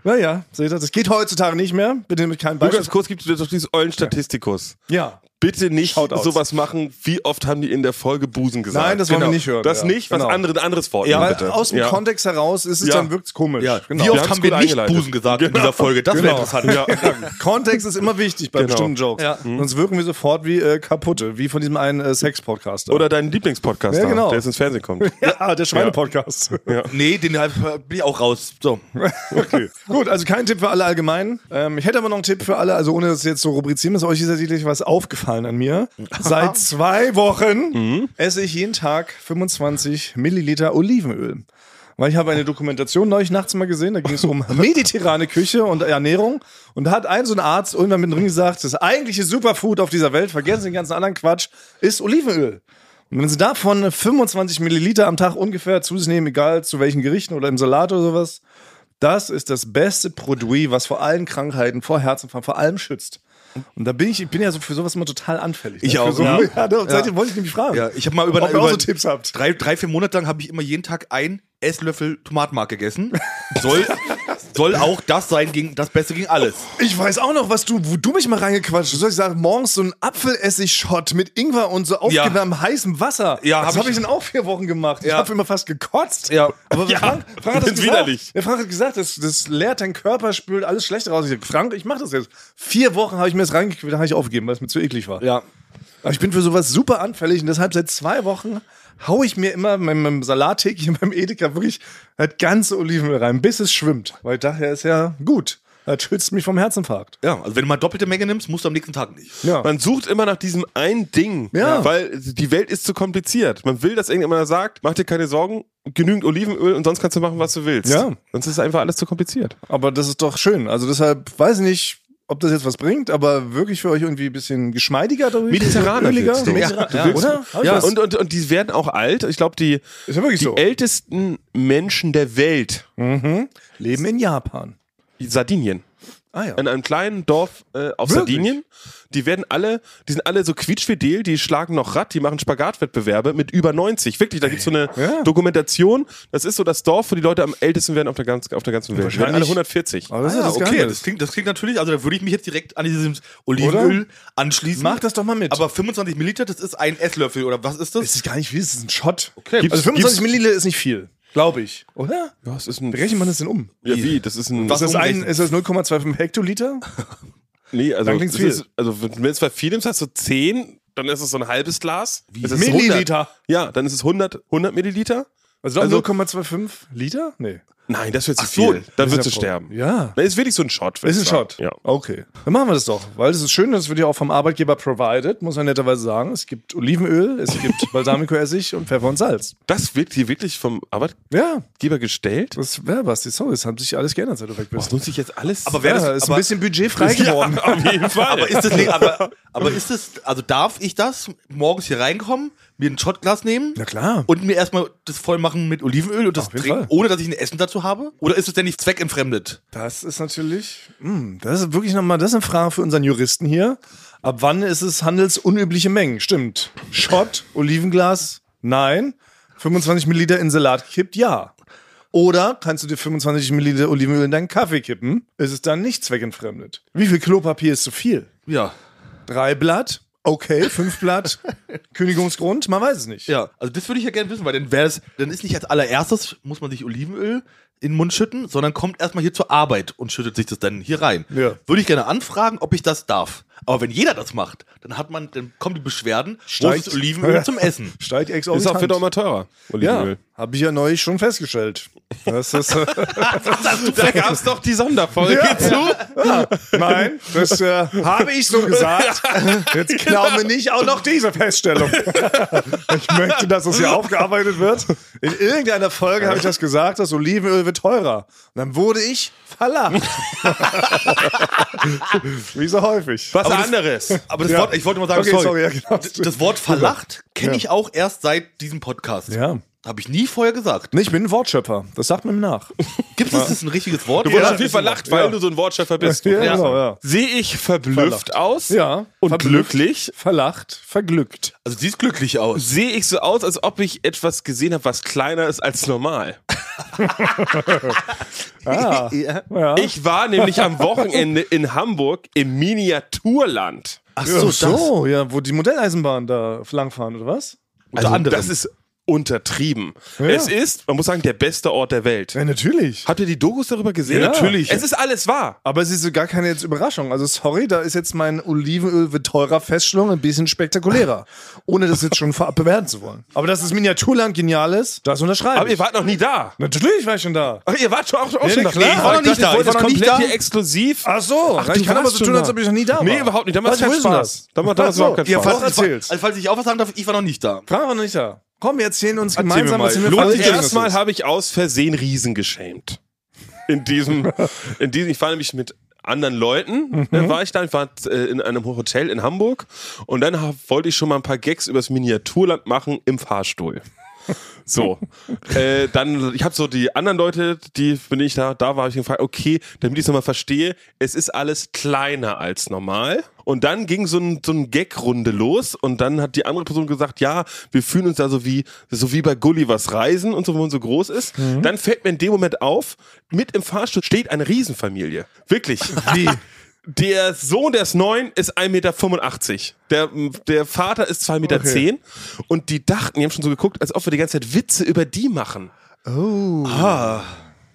[SPEAKER 2] Naja, seht ihr, das geht heutzutage nicht mehr. Bitte mit keinem Beispiel.
[SPEAKER 3] Lukas Kurz gibt es doch dieses Eulen Statistikus.
[SPEAKER 2] Ja.
[SPEAKER 3] bitte nicht
[SPEAKER 2] Shoutouts.
[SPEAKER 3] sowas machen. Wie oft haben die in der Folge Busen gesagt?
[SPEAKER 2] Nein, das wollen wir nicht hören,
[SPEAKER 3] Das
[SPEAKER 2] ja.
[SPEAKER 3] nicht, was
[SPEAKER 2] Genau.
[SPEAKER 3] andere, anderes Wort.
[SPEAKER 2] Ja,
[SPEAKER 3] nehmen,
[SPEAKER 2] weil
[SPEAKER 3] bitte.
[SPEAKER 2] aus dem
[SPEAKER 3] ja.
[SPEAKER 2] Kontext heraus ist es
[SPEAKER 3] Ja.
[SPEAKER 2] dann wirklich komisch.
[SPEAKER 1] Ja,
[SPEAKER 2] Genau.
[SPEAKER 1] Wie
[SPEAKER 3] Wir
[SPEAKER 1] oft
[SPEAKER 3] haben's
[SPEAKER 1] haben wir
[SPEAKER 3] gut
[SPEAKER 1] nicht
[SPEAKER 3] eingeleitet.
[SPEAKER 1] Busen gesagt in dieser Folge? Das
[SPEAKER 2] Genau.
[SPEAKER 1] wäre interessant.
[SPEAKER 2] Kontext ist immer wichtig bei
[SPEAKER 3] Genau.
[SPEAKER 2] bestimmten Jokes. Mhm.
[SPEAKER 6] Ja.
[SPEAKER 2] Sonst wirken wir sofort wie äh, kaputte, wie von diesem einen äh, Sex-Podcast.
[SPEAKER 3] Oder deinen Lieblingspodcast,
[SPEAKER 2] Ja, genau.
[SPEAKER 3] der jetzt ins Fernsehen kommt.
[SPEAKER 2] ja, der Schweine-Podcast.
[SPEAKER 1] Nee, den bin ich auch raus. So.
[SPEAKER 2] Okay. Gut, also kein Tipp für alle allgemein. Ähm, ich hätte aber noch einen Tipp für alle, also ohne das jetzt so rubrizieren, ist euch ist ja sicherlich was aufgefallen an mir. Seit zwei Wochen esse ich jeden Tag 25 Milliliter Olivenöl. Weil ich habe eine Dokumentation neulich nachts mal gesehen, da ging es um mediterrane Küche und Ernährung. Und da hat ein so ein Arzt irgendwann mit drin gesagt, das eigentliche Superfood auf dieser Welt, vergessen den ganzen anderen Quatsch, ist Olivenöl. Und wenn Sie davon 25 Milliliter am Tag ungefähr zu sich nehmen, egal zu welchen Gerichten oder im Salat oder sowas, das ist das beste Produit, was vor allen Krankheiten, vor Herzinfarkt, vor allem schützt. Und da bin ich, ich bin ja so für sowas immer total anfällig.
[SPEAKER 1] Ich
[SPEAKER 2] ne?
[SPEAKER 1] auch,
[SPEAKER 2] Für so,
[SPEAKER 1] ja.
[SPEAKER 2] ja. doch, Seitdem wollte ich nämlich fragen.
[SPEAKER 1] Ja, ich habe mal über,
[SPEAKER 2] Ob ihr
[SPEAKER 1] über
[SPEAKER 2] auch so Tipps habt.
[SPEAKER 1] Drei, drei, vier Monate lang habe ich immer jeden Tag ein Esslöffel Tomatenmark gegessen. Soll, soll auch das sein, gegen, das Beste gegen alles.
[SPEAKER 2] Ich weiß auch noch, was du, wo du mich mal reingequatscht hast. Soll ich sagen, morgens so ein Apfelessig-Shot mit Ingwer und so
[SPEAKER 1] Ja.
[SPEAKER 2] aufgewärmtem heißem Wasser.
[SPEAKER 1] Ja,
[SPEAKER 2] das
[SPEAKER 1] hab
[SPEAKER 2] habe
[SPEAKER 1] ich-
[SPEAKER 2] ich dann auch vier Wochen gemacht. Ich
[SPEAKER 1] Ja.
[SPEAKER 2] habe immer fast gekotzt.
[SPEAKER 1] Ja.
[SPEAKER 2] Aber
[SPEAKER 3] Ja,
[SPEAKER 2] Frank, Frank hat das
[SPEAKER 3] das ist
[SPEAKER 2] gesagt.
[SPEAKER 3] widerlich.
[SPEAKER 2] Ja, Frank hat gesagt, das, das leert deinen Körper, spült alles Schlechte raus. Ich sag, Frank, ich mache das jetzt. Vier Wochen habe ich mir das reingequält, habe ich aufgegeben, weil es mir zu eklig war.
[SPEAKER 1] Ja.
[SPEAKER 2] Aber ich bin für sowas super anfällig und deshalb seit zwei Wochen hau ich mir immer mit meinem Salathäkchen beim Edeka wirklich das ganze Olivenöl rein, bis es schwimmt. Weil ich dachte, ja, ist ja gut. Das schützt mich vom Herzinfarkt.
[SPEAKER 1] Ja, also wenn du mal doppelte Menge nimmst, musst du am nächsten Tag nicht.
[SPEAKER 2] Ja.
[SPEAKER 3] Man sucht immer nach diesem einen Ding,
[SPEAKER 2] Ja.
[SPEAKER 3] weil die Welt ist zu kompliziert. Man will, dass irgendjemand sagt, mach dir keine Sorgen, genügend Olivenöl und sonst kannst du machen, was du willst.
[SPEAKER 2] Ja.
[SPEAKER 3] Sonst ist einfach alles zu kompliziert.
[SPEAKER 2] Aber das ist doch schön. Also deshalb weiß ich nicht, ob das jetzt was bringt, aber wirklich für euch irgendwie ein bisschen geschmeidiger darüber.
[SPEAKER 3] Mediterraner
[SPEAKER 2] öliger.
[SPEAKER 3] wird's, Digga.
[SPEAKER 2] Mediterran-
[SPEAKER 3] Du
[SPEAKER 2] ja,
[SPEAKER 3] willst-
[SPEAKER 2] oder? Hab ich
[SPEAKER 3] Ja,
[SPEAKER 2] was?
[SPEAKER 3] und, und, und die werden auch alt. Ich glaube, die,
[SPEAKER 2] Ist ja wirklich
[SPEAKER 3] die
[SPEAKER 2] so.
[SPEAKER 3] ältesten Menschen der Welt,
[SPEAKER 2] Leben in Japan.
[SPEAKER 3] Sardinien.
[SPEAKER 2] Ah ja.
[SPEAKER 3] In einem kleinen Dorf äh, auf
[SPEAKER 2] Wirklich?
[SPEAKER 3] Sardinien. Die werden alle, die sind alle so quietschfidel, die schlagen noch Rad, die machen Spagatwettbewerbe mit über 90. Wirklich, da gibt's so eine
[SPEAKER 2] Ja.
[SPEAKER 3] Dokumentation. Das ist so das Dorf, wo die Leute am ältesten werden auf der, ganz, auf der ganzen Welt. Die werden alle
[SPEAKER 2] Wahrscheinlich-
[SPEAKER 3] 140.
[SPEAKER 2] Aber das ist
[SPEAKER 1] Ah,
[SPEAKER 2] ja das
[SPEAKER 1] okay, das
[SPEAKER 2] Geheimnis.
[SPEAKER 1] klingt, das klingt natürlich, also da würde ich mich jetzt direkt an dieses Olivenöl anschließen.
[SPEAKER 2] Mach das doch mal mit.
[SPEAKER 1] Aber 25 Milliliter, das ist ein Esslöffel oder was ist das?
[SPEAKER 2] Es ist gar nicht viel, es ist ein Shot.
[SPEAKER 1] Okay.
[SPEAKER 2] also
[SPEAKER 1] Gibt's-
[SPEAKER 2] 25 Milliliter ist nicht viel, glaube ich. Oder?
[SPEAKER 3] Ja, das ist ein,
[SPEAKER 2] Wie rechnet man das denn um?
[SPEAKER 3] ja, wie? Das ist ein.
[SPEAKER 1] Was
[SPEAKER 2] Ist das, ein,
[SPEAKER 1] Umrechnen.
[SPEAKER 2] ist das 0,25 Hektoliter?
[SPEAKER 3] nee, also,
[SPEAKER 2] dann klingt's
[SPEAKER 3] es
[SPEAKER 2] viel.
[SPEAKER 3] Ist, also wenn du zwei viel nimmst, hast du 10, dann ist es so ein halbes Glas. Wie? Ist es 100.
[SPEAKER 2] Milliliter.
[SPEAKER 3] Ja, dann ist es 100, 100 Milliliter.
[SPEAKER 2] Also, doch
[SPEAKER 3] Also-
[SPEAKER 2] 0,25 Liter? Nee.
[SPEAKER 3] Nein, das wird zu
[SPEAKER 1] Ach so,
[SPEAKER 3] viel. Dann
[SPEAKER 2] ist ja
[SPEAKER 3] würdest du
[SPEAKER 2] voll-
[SPEAKER 3] sterben.
[SPEAKER 2] Ja.
[SPEAKER 3] Das ist wirklich so ein Shot. würd
[SPEAKER 2] Ist ein
[SPEAKER 3] ich sagen.
[SPEAKER 2] Shot.
[SPEAKER 3] Ja.
[SPEAKER 2] Okay. Dann machen wir das doch. Weil es ist schön, das wird ja auch vom Arbeitgeber provided, muss man netterweise sagen. Es gibt Olivenöl, es gibt Balsamicoessig und Pfeffer und Salz.
[SPEAKER 3] Das wird dir wirklich vom Arbeitgeber
[SPEAKER 2] Ja.
[SPEAKER 3] gestellt?
[SPEAKER 2] Das wäre was. Sorry, es hat sich alles geändert, seit du weg
[SPEAKER 3] Das
[SPEAKER 2] bist.
[SPEAKER 3] muss ich jetzt alles.
[SPEAKER 1] Aber wer-
[SPEAKER 2] ja,
[SPEAKER 1] das-
[SPEAKER 2] ist
[SPEAKER 1] aber-
[SPEAKER 2] ein bisschen budgetfrei geworden.
[SPEAKER 3] auf jeden Fall.
[SPEAKER 1] aber ist das, nicht- aber, aber ist das, also darf ich das morgens hier reinkommen, mir ein Shotglas nehmen?
[SPEAKER 2] Na klar.
[SPEAKER 1] Und mir erstmal das voll machen mit Olivenöl und das
[SPEAKER 2] Auf jeden
[SPEAKER 1] trinken,
[SPEAKER 2] Fall.
[SPEAKER 1] ohne dass ich ein Essen dazu habe? Oder ist es denn nicht zweckentfremdet?
[SPEAKER 2] Das ist natürlich, mh, das ist wirklich nochmal, das ist eine Frage für unseren Juristen hier. Ab wann ist es handelsunübliche Mengen? Stimmt. Schott, Olivenglas, nein. 25 Milliliter in Salat kippt, ja. Oder kannst du dir 25 Milliliter Olivenöl in deinen Kaffee kippen? Ist es dann nicht zweckentfremdet? Wie viel Klopapier ist zu viel?
[SPEAKER 1] Ja.
[SPEAKER 2] Drei Blatt? Okay, fünf Blatt? Kündigungsgrund? Man weiß es nicht.
[SPEAKER 1] Ja, also das würde ich ja gerne wissen, weil dann wäre es, dann ist nicht als allererstes, muss man sich Olivenöl in den Mund schütten, sondern kommt erstmal hier zur Arbeit und schüttet sich das dann hier rein.
[SPEAKER 2] Ja.
[SPEAKER 1] Würde ich gerne anfragen, ob ich das darf. Aber wenn jeder das macht, dann hat man, dann kommen die Beschwerden, großes Olivenöl zum Essen.
[SPEAKER 2] Steigt
[SPEAKER 3] ist
[SPEAKER 2] exorbitant.
[SPEAKER 3] auch wieder immer teurer.
[SPEAKER 2] ja, habe ich ja neulich schon festgestellt. Das ist, äh,
[SPEAKER 3] Da gab es doch die Sonderfolge zu.
[SPEAKER 2] Nein, das äh, habe ich so gesagt. Jetzt klauen wir nicht auch noch diese Feststellung. Ich möchte, dass das hier aufgearbeitet wird. In irgendeiner Folge habe ich das gesagt, das Olivenöl wird teurer. Und dann wurde ich verlacht. Wie so häufig.
[SPEAKER 3] Was anderes.
[SPEAKER 1] Aber das
[SPEAKER 2] Ja.
[SPEAKER 1] Wort, ich wollte mal sagen,
[SPEAKER 2] Okay,
[SPEAKER 1] sorry.
[SPEAKER 2] sorry, ja, genau.
[SPEAKER 1] D- Das Wort verlacht kenne
[SPEAKER 2] Ja.
[SPEAKER 1] ich auch erst seit diesem Podcast.
[SPEAKER 2] Ja.
[SPEAKER 1] Habe ich nie vorher gesagt.
[SPEAKER 2] Nee, ich bin ein Wortschöpfer. Das sagt man ihm nach.
[SPEAKER 1] Gibt es das ein richtiges Wort?
[SPEAKER 3] Du wurdest
[SPEAKER 1] Ja.
[SPEAKER 3] auf viel verlacht, weil
[SPEAKER 2] Ja.
[SPEAKER 3] du so ein Wortschöpfer bist.
[SPEAKER 2] Ja, genau, ja.
[SPEAKER 3] Sehe ich verblüfft
[SPEAKER 2] Verlacht.
[SPEAKER 3] aus
[SPEAKER 2] Ja,
[SPEAKER 3] und
[SPEAKER 2] verblüfft.
[SPEAKER 3] glücklich.
[SPEAKER 2] Verlacht, verglückt.
[SPEAKER 1] Also siehst glücklich aus.
[SPEAKER 3] Sehe ich so aus, als ob ich etwas gesehen habe, was kleiner ist als normal.
[SPEAKER 2] Ah, ja. Ah.
[SPEAKER 3] Ich war nämlich am Wochenende in Hamburg im Miniaturland.
[SPEAKER 1] Ach
[SPEAKER 2] Ach so, ja, wo die Modelleisenbahn da langfahren, oder was?
[SPEAKER 1] Unter anderem.
[SPEAKER 3] Also, das ist untertrieben. Es ist, man muss sagen, der beste Ort der Welt.
[SPEAKER 2] Ja, natürlich.
[SPEAKER 3] Habt ihr die Dokus darüber gesehen?
[SPEAKER 2] Ja, natürlich.
[SPEAKER 3] Es ist alles wahr.
[SPEAKER 2] Aber es ist so gar keine jetzt Überraschung. Also sorry, da ist jetzt mein Olivenöl wird teurer Feststellung ein bisschen spektakulärer. Ohne das jetzt schon vorab bewerten zu wollen. Aber dass das Miniaturland genial ist, das unterschreibe
[SPEAKER 3] Aber
[SPEAKER 2] ich.
[SPEAKER 3] ihr wart noch nie da.
[SPEAKER 2] Natürlich war ich schon da.
[SPEAKER 3] Ach, ihr wart schon auch, auch
[SPEAKER 2] Ja,
[SPEAKER 3] schon
[SPEAKER 2] na
[SPEAKER 3] da.
[SPEAKER 2] klar.
[SPEAKER 3] Nee, ich war noch nicht da. Ich war
[SPEAKER 2] noch
[SPEAKER 3] komplett
[SPEAKER 2] nicht da.
[SPEAKER 3] hier exklusiv.
[SPEAKER 2] Ach so,
[SPEAKER 3] Ach,
[SPEAKER 2] ich
[SPEAKER 3] du
[SPEAKER 2] kann aber
[SPEAKER 3] warst
[SPEAKER 2] so tun,
[SPEAKER 3] schon
[SPEAKER 2] als ob ich noch nie da war.
[SPEAKER 3] Nee, überhaupt nicht. Damals
[SPEAKER 2] Was,
[SPEAKER 3] kein
[SPEAKER 2] wo ist denn
[SPEAKER 3] Spaß.
[SPEAKER 2] das?
[SPEAKER 3] Damals damals
[SPEAKER 2] Ach so,
[SPEAKER 3] überhaupt kein
[SPEAKER 2] ihr
[SPEAKER 3] Spaß.
[SPEAKER 2] fahrt- erzählst.
[SPEAKER 1] Also, falls ich auch was sagen darf, ich war noch nicht da.
[SPEAKER 2] Frank war noch nicht da. Komm, wir erzählen uns
[SPEAKER 1] Erzähl
[SPEAKER 2] gemeinsam,
[SPEAKER 1] mir
[SPEAKER 2] was
[SPEAKER 1] mal.
[SPEAKER 2] in
[SPEAKER 1] Lohnt
[SPEAKER 3] Und
[SPEAKER 1] sich
[SPEAKER 2] Familie ist.
[SPEAKER 3] erstmal habe ich aus Versehen Riesen geschämt. In diesem, in diesem, ich war nämlich mit anderen Leuten, dann war ich dann, war äh, in einem Hotel in Hamburg und dann ha- wollte ich schon mal ein paar Gags übers Miniaturland machen im Fahrstuhl. So, äh, dann, ich habe so die anderen Leute, die bin ich da, da war ich gefragt, okay, damit ich es nochmal verstehe, es ist alles kleiner als normal. Und dann ging so ein, so ein Gag-Runde los und dann hat die andere Person gesagt, ja, wir fühlen uns da so wie, so wie bei Gullivers Reisen und so, wo man so groß ist. Dann fällt mir in dem Moment auf, mit im Fahrstuhl steht eine Riesenfamilie. Wirklich. Wie? Der Sohn, der ist neun, ist 1,85 Meter. Der, der Vater ist 2,10 Meter. zehn Und die dachten, die haben schon so geguckt, als ob wir die ganze Zeit Witze über die machen. Oh. Ah.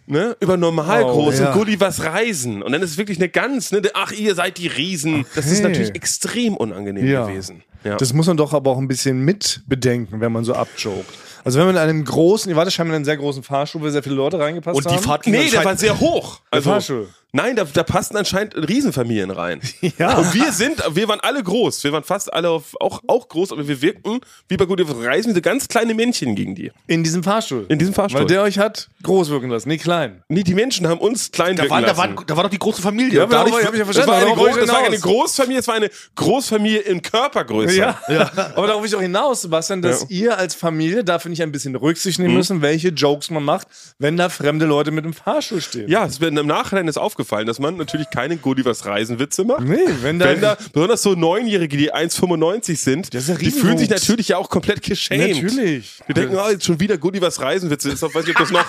[SPEAKER 3] Ne? Über normalgroße
[SPEAKER 2] Oh, ja.
[SPEAKER 3] Gullivers Reisen. Und dann ist es wirklich eine ganz, ne, ach, ihr seid die Riesen. Das ist
[SPEAKER 2] Okay.
[SPEAKER 3] natürlich extrem unangenehm gewesen. Ja.
[SPEAKER 2] Das muss man doch aber auch ein bisschen mitbedenken, wenn man so abjokt. Also wenn man in einem großen, ihr wartet scheinbar in einem sehr großen Fahrstuhl, wo sehr viele Leute reingepasst
[SPEAKER 1] Und
[SPEAKER 2] haben.
[SPEAKER 1] die Fahrt ging
[SPEAKER 3] nee, der
[SPEAKER 1] anscheinend-
[SPEAKER 3] war sehr hoch. Also,
[SPEAKER 2] Fahrstuhl.
[SPEAKER 3] nein, da, da passten anscheinend Riesenfamilien rein. Ja. Und wir sind, wir waren alle groß. Wir waren fast alle auf, auch, auch groß, aber wir wirkten wie bei Gute Reisen wie so ganz kleine Männchen gegen die.
[SPEAKER 2] in diesem Fahrstuhl.
[SPEAKER 3] In diesem Fahrstuhl.
[SPEAKER 2] Weil der euch hat groß wirken lassen, nee, klein.
[SPEAKER 3] Nee, die Menschen haben uns klein
[SPEAKER 1] Da,
[SPEAKER 3] wirken
[SPEAKER 1] waren, da,
[SPEAKER 3] lassen.
[SPEAKER 1] waren, oh, da war doch die große Familie.
[SPEAKER 2] Ja,
[SPEAKER 1] Und dadurch-
[SPEAKER 2] aber ich hab ja
[SPEAKER 3] das
[SPEAKER 2] verstanden.
[SPEAKER 3] war, eine
[SPEAKER 2] Darauf wollte
[SPEAKER 3] Groß,
[SPEAKER 2] ich
[SPEAKER 3] das war keine
[SPEAKER 2] hinaus.
[SPEAKER 3] Großfamilie, es war eine Großfamilie in Körpergröße.
[SPEAKER 2] Ja. Aber darauf will ich auch hinaus, Sebastian, dass
[SPEAKER 3] Ja. Mhm.
[SPEAKER 2] ihr als Familie dafür nicht ein bisschen Rücksicht nehmen müssen, welche Jokes man macht, wenn da fremde Leute mit dem Fahrstuhl stehen.
[SPEAKER 3] Ja, es wird im Nachhinein ist aufgefallen, dass man natürlich keine Gullivers Reisenwitze macht.
[SPEAKER 2] Nee, wenn da-
[SPEAKER 3] wenn da besonders so Neunjährige, die 1,95 sind,
[SPEAKER 2] ist ja
[SPEAKER 3] die fühlen sich
[SPEAKER 2] Riesenwuchs.
[SPEAKER 3] natürlich ja auch komplett geschämt.
[SPEAKER 2] Natürlich.
[SPEAKER 3] Die denken, oh, jetzt schon wieder Gullivers Reisenwitze. Ich weiß nicht, ob das noch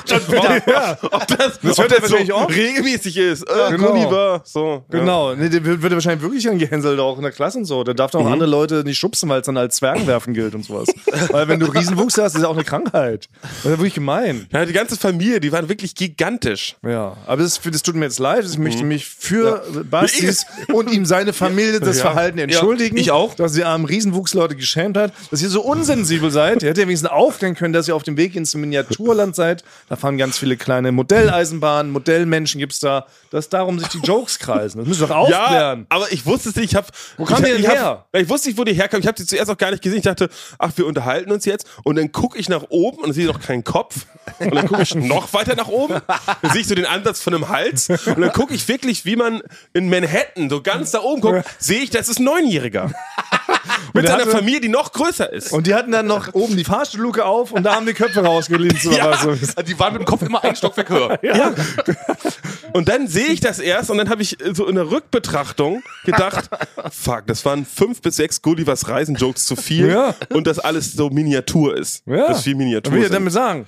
[SPEAKER 3] ob, ob das,
[SPEAKER 2] Das hört
[SPEAKER 3] ob das so
[SPEAKER 2] natürlich auf.
[SPEAKER 3] regelmäßig ist. Äh,
[SPEAKER 2] Genau.
[SPEAKER 3] Gulliver, so. ja.
[SPEAKER 2] Genau, nee, der wird- wird wahrscheinlich wirklich angehänselt, auch in der Klasse und so. Der darf doch
[SPEAKER 3] Mhm.
[SPEAKER 2] auch andere Leute nicht schubsen, weil es dann als Zwergenwerfen gilt und sowas. weil wenn du Riesenwuchs hast, ist ja auch eine Krankheit. Das ist ja wirklich gemein.
[SPEAKER 3] Ja, die ganze Familie, die waren wirklich gigantisch.
[SPEAKER 2] Ja, aber das, das tut mir jetzt leid.
[SPEAKER 3] Mhm.
[SPEAKER 2] Ich möchte mich für Bastis und ihm seine Familie das Verhalten entschuldigen.
[SPEAKER 3] Ich auch.
[SPEAKER 2] Dass ihr armen Riesenwuchsleute geschämt hat, dass ihr so unsensibel seid. Ihr hättet ja wenigstens aufklären können, dass ihr auf dem Weg ins Miniaturland seid. Da fahren ganz viele kleine Modelleisenbahnen, Modellmenschen gibt's da. Dass darum sich die Jokes kreisen. Das müsst ihr doch aufklären.
[SPEAKER 3] Ja, aber ich wusste es nicht. Ich hab, wo
[SPEAKER 2] kam
[SPEAKER 3] ich,
[SPEAKER 2] die denn
[SPEAKER 3] ich hab-
[SPEAKER 2] her?
[SPEAKER 3] Ja, ich wusste nicht, wo die herkam. Ich habe die zuerst auch gar nicht gesehen. Ich dachte, ach, wir unterhalten uns jetzt. Und dann gucke ich nach oben und sehe noch keinen Kopf. Und dann gucke ich noch weiter nach oben. Dann sehe ich so den Ansatz von einem Hals. Und dann gucke ich wirklich, wie man in Manhattan so ganz da oben guckt, sehe ich, das ist ein Neunjähriger. Mit
[SPEAKER 2] der
[SPEAKER 3] seiner
[SPEAKER 2] hatte-
[SPEAKER 3] Familie, die noch größer ist.
[SPEAKER 2] Und die hatten dann noch oben die Fahrstuhlluke auf und da haben die Köpfe rausgeliehen. ja.
[SPEAKER 1] Also, Die waren mit dem Kopf immer einen Stockwerk höher.
[SPEAKER 3] Ja. Und dann sehe ich das erst und dann habe ich äh, so in der Rückbetrachtung gedacht, fuck, das waren fünf bis sechs Gullivers Reisen-Jokes zu viel
[SPEAKER 2] Ja.
[SPEAKER 3] und dass alles so Miniatur ist.
[SPEAKER 2] Ja.
[SPEAKER 3] Das viel
[SPEAKER 2] Was
[SPEAKER 3] Miniatur
[SPEAKER 2] will ich
[SPEAKER 3] sind.
[SPEAKER 2] damit sagen?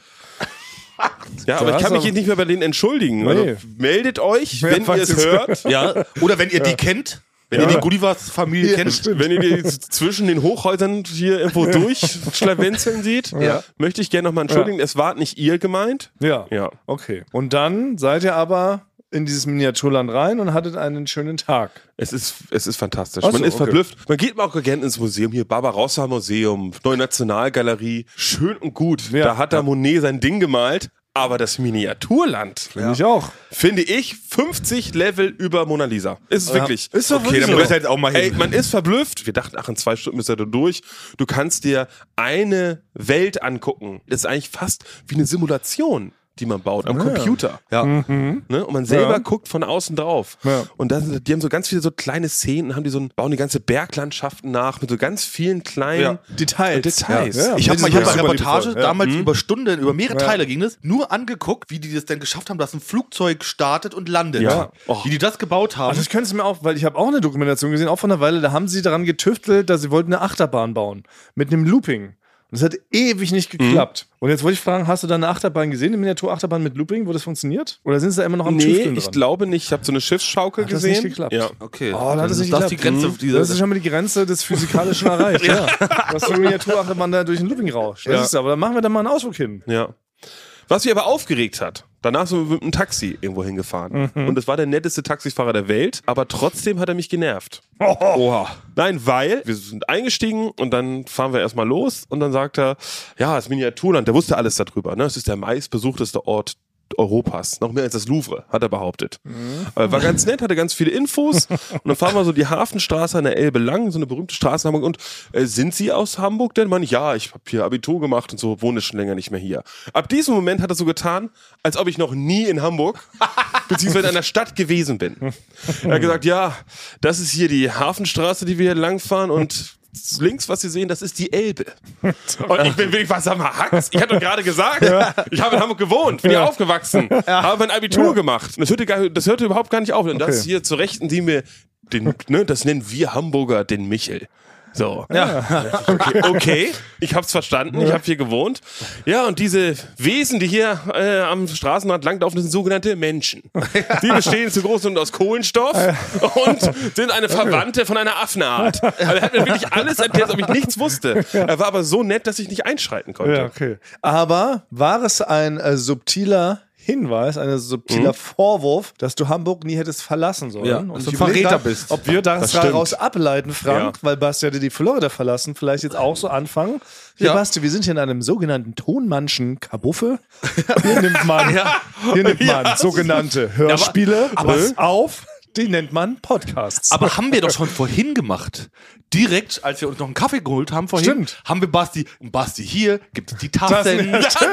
[SPEAKER 3] Ja,
[SPEAKER 2] Da
[SPEAKER 3] aber ich
[SPEAKER 2] hast
[SPEAKER 3] kann mich
[SPEAKER 2] du-
[SPEAKER 3] jetzt nicht mehr bei denen entschuldigen.
[SPEAKER 2] Nee.
[SPEAKER 3] Also, meldet euch, wenn ihr
[SPEAKER 2] falls
[SPEAKER 3] es
[SPEAKER 2] ihr-
[SPEAKER 3] hört.
[SPEAKER 1] Ja. Oder wenn ihr die kennt, wenn ihr die Gullivers-Familie kennt.
[SPEAKER 3] Wenn ihr die z- zwischen den Hochhäusern hier irgendwo durchschlawenzeln seht,
[SPEAKER 1] Ja.
[SPEAKER 3] möchte ich gerne nochmal entschuldigen. Es war nicht ihr gemeint.
[SPEAKER 2] Ja.
[SPEAKER 3] Ja.
[SPEAKER 2] Okay. Und dann seid ihr aber in dieses Miniaturland rein und hattet einen schönen Tag.
[SPEAKER 3] Es ist, es ist fantastisch.
[SPEAKER 2] Ach so,
[SPEAKER 3] man ist
[SPEAKER 2] okay.
[SPEAKER 3] verblüfft. Man geht mal auch gerne ins Museum hier, Barbarossa Museum, Neue Nationalgalerie. Schön und gut.
[SPEAKER 2] Ja.
[SPEAKER 3] Da hat da Monet sein Ding gemalt. Aber das Miniaturland,
[SPEAKER 2] Ich auch.
[SPEAKER 3] finde ich, 50 Level über Mona Lisa. Ist es wirklich.
[SPEAKER 2] Ist doch
[SPEAKER 1] Okay,
[SPEAKER 2] wirklich
[SPEAKER 1] dann
[SPEAKER 2] so.
[SPEAKER 1] muss ich jetzt auch mal
[SPEAKER 3] Ey,
[SPEAKER 1] hin.
[SPEAKER 3] man ist verblüfft. Wir dachten, ach, in zwei Stunden bist du da durch. Du kannst dir eine Welt angucken. Das ist eigentlich fast wie eine Simulation, die man baut am Computer.
[SPEAKER 1] Ja.
[SPEAKER 3] Ne? Und man selber
[SPEAKER 2] Mhm. Ja.
[SPEAKER 3] guckt von außen drauf.
[SPEAKER 2] Ja.
[SPEAKER 3] Und das, die haben so ganz viele so kleine Szenen, haben die so, ein- bauen die ganze Berglandschaften nach mit so ganz vielen kleinen
[SPEAKER 1] Ja.
[SPEAKER 2] Details.
[SPEAKER 3] Details.
[SPEAKER 2] Ja. Ja.
[SPEAKER 1] Ich habe
[SPEAKER 2] Mit
[SPEAKER 1] mal
[SPEAKER 2] diesem
[SPEAKER 1] ich hab eine
[SPEAKER 2] Super
[SPEAKER 1] Reportage
[SPEAKER 2] liebevoll, ja. Mhm.
[SPEAKER 1] damals über Stunden, über mehrere Teile ging es, nur angeguckt, wie die das denn geschafft haben, dass ein Flugzeug startet und landet.
[SPEAKER 3] Ja. Oh.
[SPEAKER 1] Wie die das gebaut haben.
[SPEAKER 2] Also ich könnte es mir auch, weil ich habe auch eine Dokumentation gesehen, auch von einer Weile, da haben sie daran getüftelt, dass sie wollten eine Achterbahn bauen. Mit einem Looping. Und es hat ewig nicht geklappt. Und jetzt wollte ich fragen, hast du da eine Achterbahn gesehen, eine Miniaturachterbahn mit Looping, wo das funktioniert? Oder sind sie da immer noch am
[SPEAKER 3] Nee,
[SPEAKER 2] Tüfteln
[SPEAKER 3] ich
[SPEAKER 2] dran?
[SPEAKER 3] glaube nicht. Ich habe so eine Schiffsschaukel
[SPEAKER 2] Hat das
[SPEAKER 3] gesehen.
[SPEAKER 2] nicht geklappt?
[SPEAKER 3] Ja.
[SPEAKER 1] Okay.
[SPEAKER 2] Oh, dann hat es
[SPEAKER 1] ist
[SPEAKER 2] nicht
[SPEAKER 1] das die
[SPEAKER 2] geklappt. Mhm.
[SPEAKER 1] Grenze, auf dieser.
[SPEAKER 2] Das ist schon mal die Grenze des Physikalischen erreicht. ja. Was für eine Miniaturachterbahn da durch den Looping rauscht. Das
[SPEAKER 3] Ja.
[SPEAKER 2] ist aber dann machen wir da mal einen Ausflug hin.
[SPEAKER 3] Ja. Was mich aber aufgeregt hat, danach sind wir mit einem Taxi irgendwo hingefahren. Und es war der netteste Taxifahrer der Welt, aber trotzdem hat er mich genervt. Oha. Nein, weil wir sind eingestiegen und dann fahren wir erstmal los und dann sagt er, ja, das Miniaturland, der wusste alles darüber. Ne? Es ist der meistbesuchteste Ort Europas, noch mehr als das Louvre, hat er behauptet. Äh, War ganz nett, hatte ganz viele Infos und dann fahren wir so die Hafenstraße an der Elbe lang, so eine berühmte Straße in Hamburg und äh, sind Sie aus Hamburg denn? Man, ja, ich habe hier Abitur gemacht und so, wohne schon länger nicht mehr hier. Ab diesem Moment hat er so getan, als ob ich noch nie in Hamburg beziehungsweise in einer Stadt gewesen bin. Er hat gesagt, ja, das ist hier die Hafenstraße, die wir hier langfahren und links, was Sie sehen, das ist die Elbe. Und ich bin wirklich, was sag mal, Hacks? Ich hatte doch gerade gesagt, ich habe in Hamburg gewohnt, bin hier aufgewachsen, habe mein Abitur gemacht. Und Das hörte, gar, das hörte überhaupt gar nicht auf. Und das hier zu Rechten, die mir, den, ne, das nennen wir Hamburger den Michel. So. Ja. Okay, okay. ich hab's verstanden, ich habe hier gewohnt. Ja, und diese Wesen, die hier äh, am Straßenrand langlaufen, sind sogenannte Menschen. Die bestehen zu großen und aus Kohlenstoff und sind eine Verwandte von einer Affenart. Also er hat mir wirklich alles erzählt, als ob ich nichts wusste. Er war aber so nett, dass ich nicht einschreiten konnte.
[SPEAKER 2] okay. Aber war es ein äh, subtiler Hinweis, ein subtiler Vorwurf, dass du Hamburg nie hättest verlassen sollen?
[SPEAKER 1] Mhm. Ja, dass du ein
[SPEAKER 2] überlege
[SPEAKER 1] Verräter
[SPEAKER 2] grad,
[SPEAKER 1] bist.
[SPEAKER 2] Ob wir das
[SPEAKER 3] Das stimmt.
[SPEAKER 2] daraus ableiten, Frank,
[SPEAKER 3] Ja.
[SPEAKER 2] weil Basti hatte die Florida verlassen, vielleicht jetzt auch so anfangen. Hier,
[SPEAKER 1] Ja.
[SPEAKER 2] Basti, wir sind hier in einem sogenannten Tonmannschen Kabuffe. Hier nimmt man, hier nimmt man sogenannte Hörspiele
[SPEAKER 1] aber-
[SPEAKER 2] was auf, die nennt man Podcasts.
[SPEAKER 1] Aber haben wir doch schon vorhin gemacht. Direkt, als wir uns noch einen Kaffee geholt haben vorhin,
[SPEAKER 2] Stimmt.
[SPEAKER 1] haben wir Basti, Basti hier, gibt es die Tassen.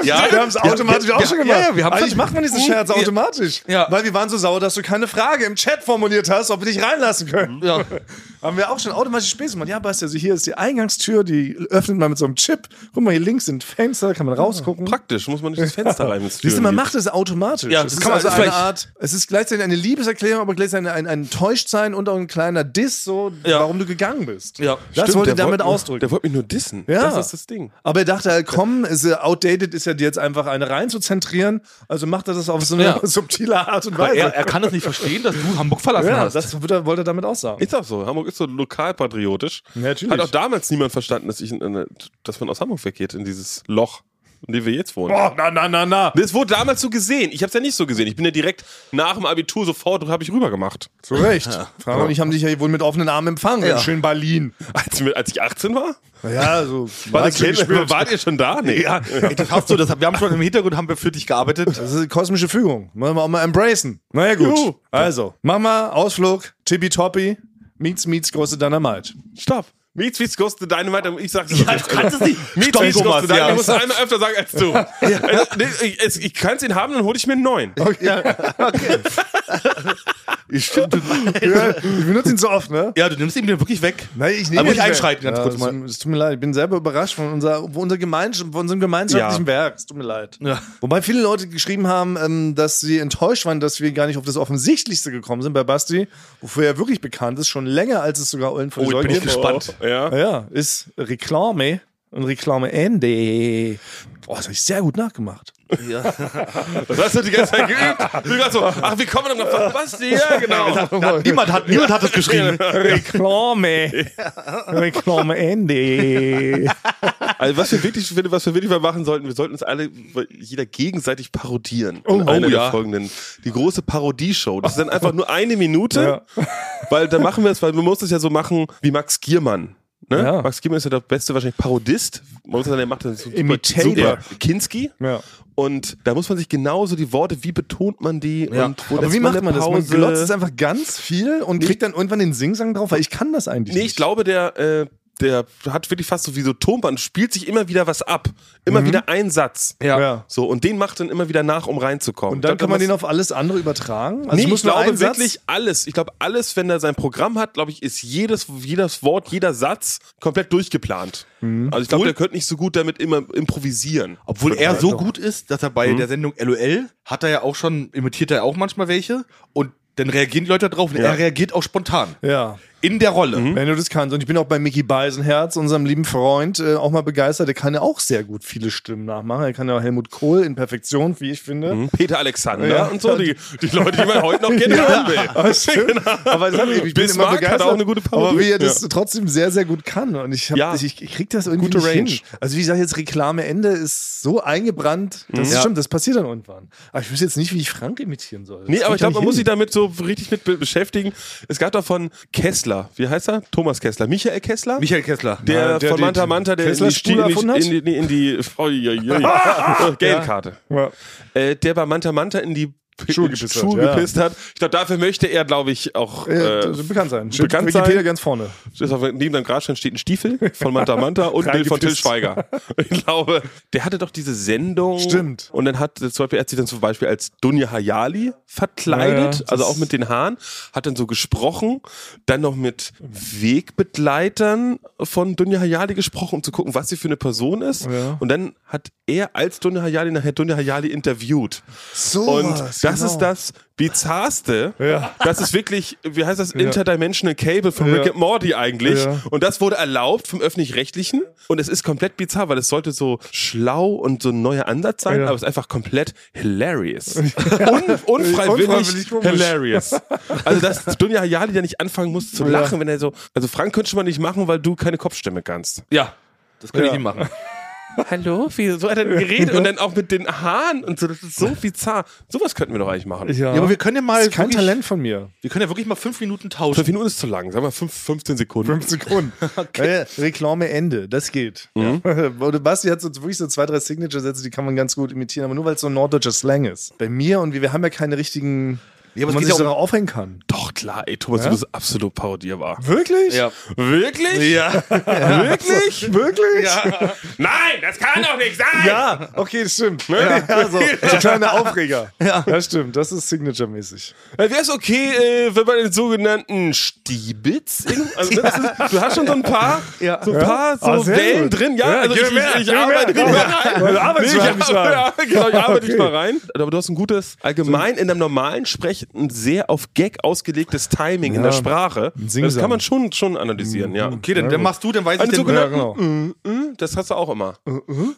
[SPEAKER 2] Ja, wir haben es automatisch
[SPEAKER 1] ja,
[SPEAKER 2] auch schon gemacht.
[SPEAKER 1] Ja, ja, wir haben
[SPEAKER 2] Eigentlich macht man diese Scherze
[SPEAKER 1] Ja.
[SPEAKER 2] automatisch.
[SPEAKER 1] Ja.
[SPEAKER 2] Weil wir waren so sauer, dass du keine Frage im Chat formuliert hast, ob wir dich reinlassen können.
[SPEAKER 1] Ja.
[SPEAKER 2] Haben wir auch schon automatisch Späße gemacht. Ja, Basti, also hier ist die Eingangstür, die öffnet man mit so einem Chip. Guck mal, hier links sind Fenster, kann man rausgucken.
[SPEAKER 3] Praktisch, muss man nicht das Fenster rein. wenn's
[SPEAKER 2] Siehst du,
[SPEAKER 3] Türen
[SPEAKER 2] man
[SPEAKER 3] gibt.
[SPEAKER 2] macht es automatisch.
[SPEAKER 1] Ja,
[SPEAKER 2] es
[SPEAKER 1] das
[SPEAKER 2] ist
[SPEAKER 1] kann man-
[SPEAKER 2] also
[SPEAKER 1] ist
[SPEAKER 2] eine
[SPEAKER 1] vielleicht-
[SPEAKER 2] Art, es ist gleichzeitig eine Liebeserklärung, aber gleichzeitig ein, ein Enttäuschtsein und auch ein kleiner Diss, so,
[SPEAKER 1] Ja.
[SPEAKER 2] warum du gegangen bist.
[SPEAKER 1] Ja.
[SPEAKER 2] das
[SPEAKER 3] Stimmt,
[SPEAKER 2] wollte
[SPEAKER 3] der
[SPEAKER 2] er damit
[SPEAKER 3] wollte-
[SPEAKER 2] ausdrücken.
[SPEAKER 3] Der wollte mich nur dissen.
[SPEAKER 2] Ja.
[SPEAKER 3] Das ist das Ding.
[SPEAKER 2] Aber er dachte halt, komm, ist, äh, outdated ist ja dir jetzt einfach eine rein zu zentrieren, also macht er das auf so eine
[SPEAKER 1] Ja.
[SPEAKER 2] subtile Art und
[SPEAKER 1] Weil
[SPEAKER 2] Weise.
[SPEAKER 1] er, er kann es nicht verstehen, dass du Hamburg verlassen
[SPEAKER 2] ja,
[SPEAKER 1] hast.
[SPEAKER 2] das wird er, wollte er damit aussagen.
[SPEAKER 3] Ist auch so. Hamburg ist so lokalpatriotisch.
[SPEAKER 2] Natürlich.
[SPEAKER 3] Hat auch damals niemand verstanden, dass, ich, in eine- dass man aus Hamburg weggeht, in dieses Loch, in dem wir jetzt wohnen.
[SPEAKER 2] Boah, na, na, na, na.
[SPEAKER 3] Das wurde damals so gesehen. Ich habe es ja nicht so gesehen. Ich bin ja direkt nach dem Abitur sofort und habe ich rüber gemacht.
[SPEAKER 2] Zu Recht. Frank und ich haben dich ja wohl mit offenen Armen empfangen, in schön Berlin.
[SPEAKER 3] Als, wir- als ich 18 war?
[SPEAKER 2] Ja, so.
[SPEAKER 3] War
[SPEAKER 2] hast du gespürt.
[SPEAKER 3] wart ihr schon da? Nee.
[SPEAKER 1] Ja, ey, das hast du, das, wir haben schon im Hintergrund haben wir für dich gearbeitet.
[SPEAKER 2] Das ist eine kosmische Fügung. Wollen wir auch mal embracen. Naja, gut.
[SPEAKER 3] Juhu.
[SPEAKER 2] Also, mach mal Ausflug, Tippitoppi, Meets Meets große Dynamite.
[SPEAKER 3] Stopp. Meets Meets Goes to Dynamite. Ich sag's ja,
[SPEAKER 1] du kannst es nicht.
[SPEAKER 3] Meets
[SPEAKER 1] Stopp,
[SPEAKER 3] Meets Goes
[SPEAKER 1] Thomas,
[SPEAKER 3] to Dynamite.
[SPEAKER 1] ja.
[SPEAKER 3] Ich muss es einmal öfter sagen als du. Also, nee, ich es- ich kann ihn haben, dann hole ich mir einen neuen.
[SPEAKER 2] Ja, ich benutze ihn so oft, ne?
[SPEAKER 1] Ja, du nimmst ihn mir wirklich weg.
[SPEAKER 2] Nein, ich
[SPEAKER 1] Da
[SPEAKER 2] nehme
[SPEAKER 1] muss ich
[SPEAKER 2] nicht
[SPEAKER 1] einschreiten, ganz
[SPEAKER 2] ja,
[SPEAKER 1] kurz
[SPEAKER 2] es-
[SPEAKER 1] mal.
[SPEAKER 2] Es tut mir leid, ich bin selber überrascht von, unser, von, unserer Gemeins von unserem gemeinschaftlichen Werk. Es tut mir leid.
[SPEAKER 1] Ja.
[SPEAKER 2] Wobei viele Leute geschrieben haben, ähm, dass sie enttäuscht waren, dass wir gar nicht auf das Offensichtlichste gekommen sind bei Basti, wofür er wirklich bekannt ist, schon länger als es sogar Ullen von
[SPEAKER 1] Oh,
[SPEAKER 2] der
[SPEAKER 1] bin ich
[SPEAKER 2] gibt.
[SPEAKER 1] gespannt.
[SPEAKER 3] Ja.
[SPEAKER 2] Ja, ja, ist Reklame und Reklame Ende. Boah, das habe ich sehr gut nachgemacht.
[SPEAKER 3] Das hast du die ganze Zeit geübt. Du warst so, ach, wie kommen wir denn noch? Basti, ja, genau.
[SPEAKER 1] Niemand hat, niemand hat es geschrieben.
[SPEAKER 2] Reklame. Reklame Ende.
[SPEAKER 3] Also was wir wirklich, ich finde, was wir wirklich mal machen sollten, wir sollten uns alle, jeder gegenseitig parodieren.
[SPEAKER 2] Oh,
[SPEAKER 3] in einer
[SPEAKER 1] oh,
[SPEAKER 3] der
[SPEAKER 1] ja.
[SPEAKER 3] folgenden. Die große Parodieshow. Das ist dann einfach nur eine Minute, weil dann machen wir es, weil man muss es ja so machen wie Max Giermann. Ne?
[SPEAKER 2] Ja.
[SPEAKER 3] Max Giermann ist ja der beste wahrscheinlich Parodist. Man muss sagen, der macht das super,
[SPEAKER 2] Imitator.
[SPEAKER 3] super. Kinski.
[SPEAKER 2] Ja.
[SPEAKER 3] Und da muss man sich genauso die Worte, wie betont man die
[SPEAKER 1] Ja.
[SPEAKER 3] und wo
[SPEAKER 2] Aber
[SPEAKER 3] lässt
[SPEAKER 2] wie macht
[SPEAKER 3] eine
[SPEAKER 2] man das? Man
[SPEAKER 3] Pause?
[SPEAKER 2] glotzt es einfach ganz viel und kriegt dann irgendwann den Singsang drauf, weil ich kann das eigentlich
[SPEAKER 3] Nee,
[SPEAKER 2] nicht.
[SPEAKER 3] ich glaube, der, äh, der hat wirklich fast so wie so Tonband, spielt sich immer wieder was ab. Immer wieder ein Satz.
[SPEAKER 2] Mhm. Ja.
[SPEAKER 3] So, und den macht dann immer wieder nach, um reinzukommen.
[SPEAKER 2] Und dann kann man den
[SPEAKER 3] noch.
[SPEAKER 2] auf alles andere übertragen? Also
[SPEAKER 3] Nee,
[SPEAKER 2] muss
[SPEAKER 3] ich
[SPEAKER 2] nur ein
[SPEAKER 3] glaube
[SPEAKER 2] Satz-
[SPEAKER 3] wirklich alles. Ich glaube, alles, wenn er sein Programm hat, glaube ich, ist jedes, jedes Wort, jeder Satz komplett durchgeplant.
[SPEAKER 2] Mhm.
[SPEAKER 3] Also ich glaube, der könnte nicht so gut damit immer improvisieren.
[SPEAKER 1] Obwohl er so gut ist, dass er bei
[SPEAKER 2] Mhm.
[SPEAKER 1] der Sendung LOL hat er ja auch schon, imitiert er auch manchmal welche und dann reagieren die Leute darauf und er reagiert auch spontan.
[SPEAKER 2] Ja. Mhm.
[SPEAKER 1] in der Rolle.
[SPEAKER 3] Hm?
[SPEAKER 2] Wenn du das kannst. Und ich bin auch bei Mickey Beisenherz, unserem lieben Freund, äh, auch mal begeistert. Der kann ja auch sehr gut viele Stimmen nachmachen. Er kann ja auch Helmut Kohl in Perfektion, wie ich finde.
[SPEAKER 3] Peter Alexander
[SPEAKER 2] Ja.
[SPEAKER 3] und so, die, die Leute, die man heute noch gerne hören will.
[SPEAKER 2] Aber stimmt. Genau. Aber das hab ich, ich bin immer
[SPEAKER 3] Bismarck hat
[SPEAKER 2] begeistert,
[SPEAKER 3] auch eine gute Parodie.
[SPEAKER 2] aber wie er das trotzdem sehr, sehr gut kann. Und ich, hab,
[SPEAKER 3] Ja.
[SPEAKER 2] ich, ich krieg das irgendwie
[SPEAKER 3] Gute
[SPEAKER 2] nicht
[SPEAKER 3] Range.
[SPEAKER 2] hin. Also wie gesagt, jetzt Reklameende ist so eingebrannt.
[SPEAKER 3] Mhm.
[SPEAKER 2] Das
[SPEAKER 1] Ja.
[SPEAKER 2] stimmt, das passiert dann irgendwann. Aber ich wüsste jetzt nicht, wie ich Frank imitieren soll. Das
[SPEAKER 3] Nee, aber
[SPEAKER 2] kommt
[SPEAKER 3] ich glaube,
[SPEAKER 2] ja
[SPEAKER 3] man muss
[SPEAKER 2] nicht
[SPEAKER 3] sich damit so richtig mit be- beschäftigen. Es gab doch von Kessler, wie heißt er? Thomas Kessler. Michael Kessler?
[SPEAKER 1] Michael Kessler.
[SPEAKER 3] der,
[SPEAKER 2] Ja, der
[SPEAKER 3] von
[SPEAKER 2] die-
[SPEAKER 3] Manta Manta, der in
[SPEAKER 2] Kessler
[SPEAKER 3] die, Sti-
[SPEAKER 2] Stuhl erfunden hat?
[SPEAKER 3] in die, in die, in die oh, ja, ja, ja. Geldkarte.
[SPEAKER 2] Ja.
[SPEAKER 3] Äh, der bei Manta Manta in die
[SPEAKER 2] Schuhe
[SPEAKER 3] in die
[SPEAKER 2] gepisst
[SPEAKER 3] Schuhe
[SPEAKER 2] hat, ja.
[SPEAKER 3] gepisst hat. Ich glaube, dafür möchte er, glaube ich, auch.
[SPEAKER 2] hin.
[SPEAKER 3] Äh,
[SPEAKER 2] Äh, das- bekannt sein. Steht
[SPEAKER 3] bekannt
[SPEAKER 2] auf Wikipedia
[SPEAKER 3] sein.
[SPEAKER 2] ganz vorne.
[SPEAKER 3] das ist auf, neben deinem Grabstein steht ein Stiefel von Manta Manta und ein Bild von Till
[SPEAKER 2] Reingepisst.
[SPEAKER 3] Schweiger. Ich glaube, der hatte doch diese Sendung.
[SPEAKER 2] Stimmt.
[SPEAKER 3] Und dann hat äh, zum Beispiel, er hat sich dann zum Beispiel als Dunja Hayali verkleidet,
[SPEAKER 2] Ja, ja.
[SPEAKER 3] also auch mit den Haaren, hat dann so gesprochen, dann noch mit Wegbegleitern von Dunja Hayali gesprochen, um zu gucken, was sie für eine Person ist.
[SPEAKER 2] Ja.
[SPEAKER 3] Und dann hat er als Dunja Hayali nachher Dunja Hayali interviewt.
[SPEAKER 2] So
[SPEAKER 3] Und das
[SPEAKER 2] genau.
[SPEAKER 3] ist das bizarrste.
[SPEAKER 2] Ja.
[SPEAKER 3] Das ist wirklich, wie heißt das, Interdimensional Cable von Rick and Morty eigentlich.
[SPEAKER 2] Ja.
[SPEAKER 3] Und das wurde erlaubt vom öffentlich-rechtlichen. Und es ist komplett bizarr, weil es sollte so schlau und so ein neuer Ansatz sein,
[SPEAKER 2] Ja.
[SPEAKER 3] aber es ist einfach komplett hilarious. Un unfreiwillig,
[SPEAKER 2] Unfreiwillig komisch.
[SPEAKER 3] hilarious. Also dass Dunja Hayali da nicht anfangen muss zu lachen, wenn er so, also Frank könnte schon mal nicht machen, weil du keine Kopfstimme kannst.
[SPEAKER 1] Ja, das kann
[SPEAKER 2] Ja.
[SPEAKER 1] ich ihm machen.
[SPEAKER 3] Hallo, wie, so hat er geredet und dann auch mit den Haaren und so, das ist so bizarr. Sowas könnten wir doch eigentlich machen.
[SPEAKER 1] Ja, aber wir können ja mal
[SPEAKER 2] Das ist kein
[SPEAKER 1] wirklich,
[SPEAKER 2] Talent von mir.
[SPEAKER 1] wir können ja wirklich mal fünf Minuten
[SPEAKER 3] Fünf
[SPEAKER 1] tauschen.
[SPEAKER 3] Minuten ist zu lang, sagen wir fünf, 15 Sekunden.
[SPEAKER 2] 5 Sekunden. Äh, Reklame Ende, das geht.
[SPEAKER 1] Mhm.
[SPEAKER 2] Und Basti hat so, wirklich so zwei, drei Signature-Sätze, die kann man ganz gut imitieren, aber nur weil es so ein norddeutscher Slang ist. Bei mir und wir, wir haben ja keine richtigen,
[SPEAKER 1] Ja, aber
[SPEAKER 2] wo
[SPEAKER 1] es
[SPEAKER 2] man
[SPEAKER 1] geht
[SPEAKER 2] sich
[SPEAKER 1] ja
[SPEAKER 2] so
[SPEAKER 1] um-
[SPEAKER 2] darauf aufhängen kann.
[SPEAKER 3] Doch, klar, ey, Thomas,
[SPEAKER 2] Ja?
[SPEAKER 3] du bist absolut parodierbar.
[SPEAKER 2] Wirklich?
[SPEAKER 1] Ja.
[SPEAKER 3] Wirklich?
[SPEAKER 1] Ja.
[SPEAKER 3] Wirklich?
[SPEAKER 2] Wirklich?
[SPEAKER 1] ja.
[SPEAKER 3] Nein, das kann doch nicht sein!
[SPEAKER 2] Ja, okay, das stimmt.
[SPEAKER 1] Ne?
[SPEAKER 2] Ja, so, so kleine Aufreger. Ja. Das stimmt, das ist Signature-mäßig.
[SPEAKER 3] Wäre es okay, äh, wenn man den sogenannten Stiebitz. irgend- Also, das ist, du hast schon so ein paar, so ein paar so
[SPEAKER 2] Ah, sehr
[SPEAKER 3] Wellen
[SPEAKER 2] gut.
[SPEAKER 3] drin, ja?
[SPEAKER 2] Ja,
[SPEAKER 3] also
[SPEAKER 2] gib
[SPEAKER 3] ich,
[SPEAKER 2] mir,
[SPEAKER 3] ich, ich
[SPEAKER 2] gib
[SPEAKER 3] arbeite
[SPEAKER 2] mir.
[SPEAKER 3] nicht mal
[SPEAKER 2] Ja.
[SPEAKER 3] rein.
[SPEAKER 2] Weil du arbeitest
[SPEAKER 3] ich
[SPEAKER 2] ja nicht
[SPEAKER 3] arbeite-
[SPEAKER 2] rein.
[SPEAKER 3] ja, genau, ich arbeite nicht
[SPEAKER 2] Okay.
[SPEAKER 3] mal rein. Aber du hast ein gutes, allgemein in deinem normalen Sprechen ein sehr auf Gag ausgelegtes Timing in
[SPEAKER 2] Ja.
[SPEAKER 3] der Sprache. Das
[SPEAKER 2] Singsang. Mm,
[SPEAKER 3] kann man schon, schon analysieren, ja.
[SPEAKER 1] Okay, dann, dann machst du, dann weiß ich
[SPEAKER 3] Eine
[SPEAKER 1] den
[SPEAKER 3] sogenannte-
[SPEAKER 2] Ja, genau. Mm,
[SPEAKER 3] Das hast du auch immer.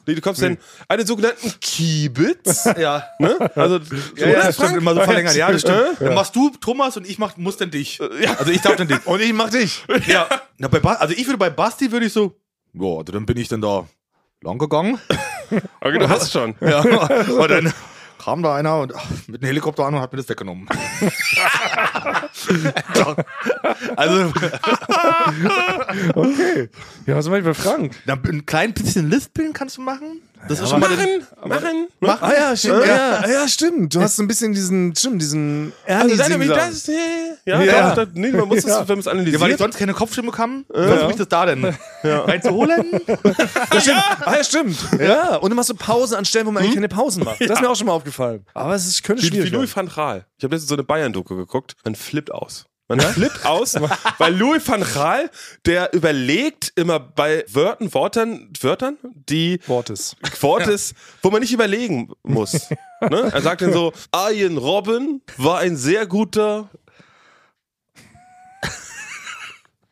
[SPEAKER 3] Nee, du kommst dann einen sogenannten Kiebitz.
[SPEAKER 1] Ja.
[SPEAKER 3] ne? Also,
[SPEAKER 1] Ja, ja, das stimmt, immer so verlängern. Ja, das stimmt. Dann machst du Thomas und ich mach, muss dann dich. Also ich darf dann dich.
[SPEAKER 2] Und ich mach dich.
[SPEAKER 1] ja. Na, bei ba also ich würde bei Basti würde ich so, boah, also dann bin ich dann da lang gegangen.
[SPEAKER 3] Okay,
[SPEAKER 2] genau.
[SPEAKER 3] du hast schon.
[SPEAKER 1] Ja. Und dann kam da einer und ach, mit einem Helikopter an und hat mir das weggenommen. Doch. also
[SPEAKER 2] Ja, was mach ich bei Frank?
[SPEAKER 1] dann ein klein bisschen Lispeln kannst du machen. Das ist schon mal der-
[SPEAKER 3] Machen, machen.
[SPEAKER 1] Mach-
[SPEAKER 2] Ah ja, stimmt. Ja, ja, stimmt. Du hast so ein bisschen diesen, stimmt, diesen
[SPEAKER 3] Also dann
[SPEAKER 2] Ernie-Singsang.
[SPEAKER 3] nämlich das. äh, Ja,
[SPEAKER 2] Ja.
[SPEAKER 3] Doch, das, nee, man muss das,
[SPEAKER 2] Ja.
[SPEAKER 3] wenn man es
[SPEAKER 1] Ja, weil ich
[SPEAKER 3] analysiert.
[SPEAKER 1] sonst keine Kopfstimme kann, was bringt das da denn? Reinzuholen?
[SPEAKER 2] Ah, ja, stimmt. Ja. Hm? und du machst so Pausen an Stellen, wo man eigentlich keine Pausen macht. Das ist mir auch schon mal aufgefallen. Aber es ist, könnte
[SPEAKER 3] Wie, wie
[SPEAKER 2] schwierig werden.
[SPEAKER 3] Louis van Gaal. Ich habe letztens so eine Bayern-Doku geguckt. Man flippt aus. Man flippt aus, weil Louis van Gaal, der überlegt immer bei Wörtern, Wörtern, Wörtern, die
[SPEAKER 2] Wortes.
[SPEAKER 3] Wortes, wo man nicht überlegen muss. ne? Er sagt dann so, Arjen Robben war ein sehr guter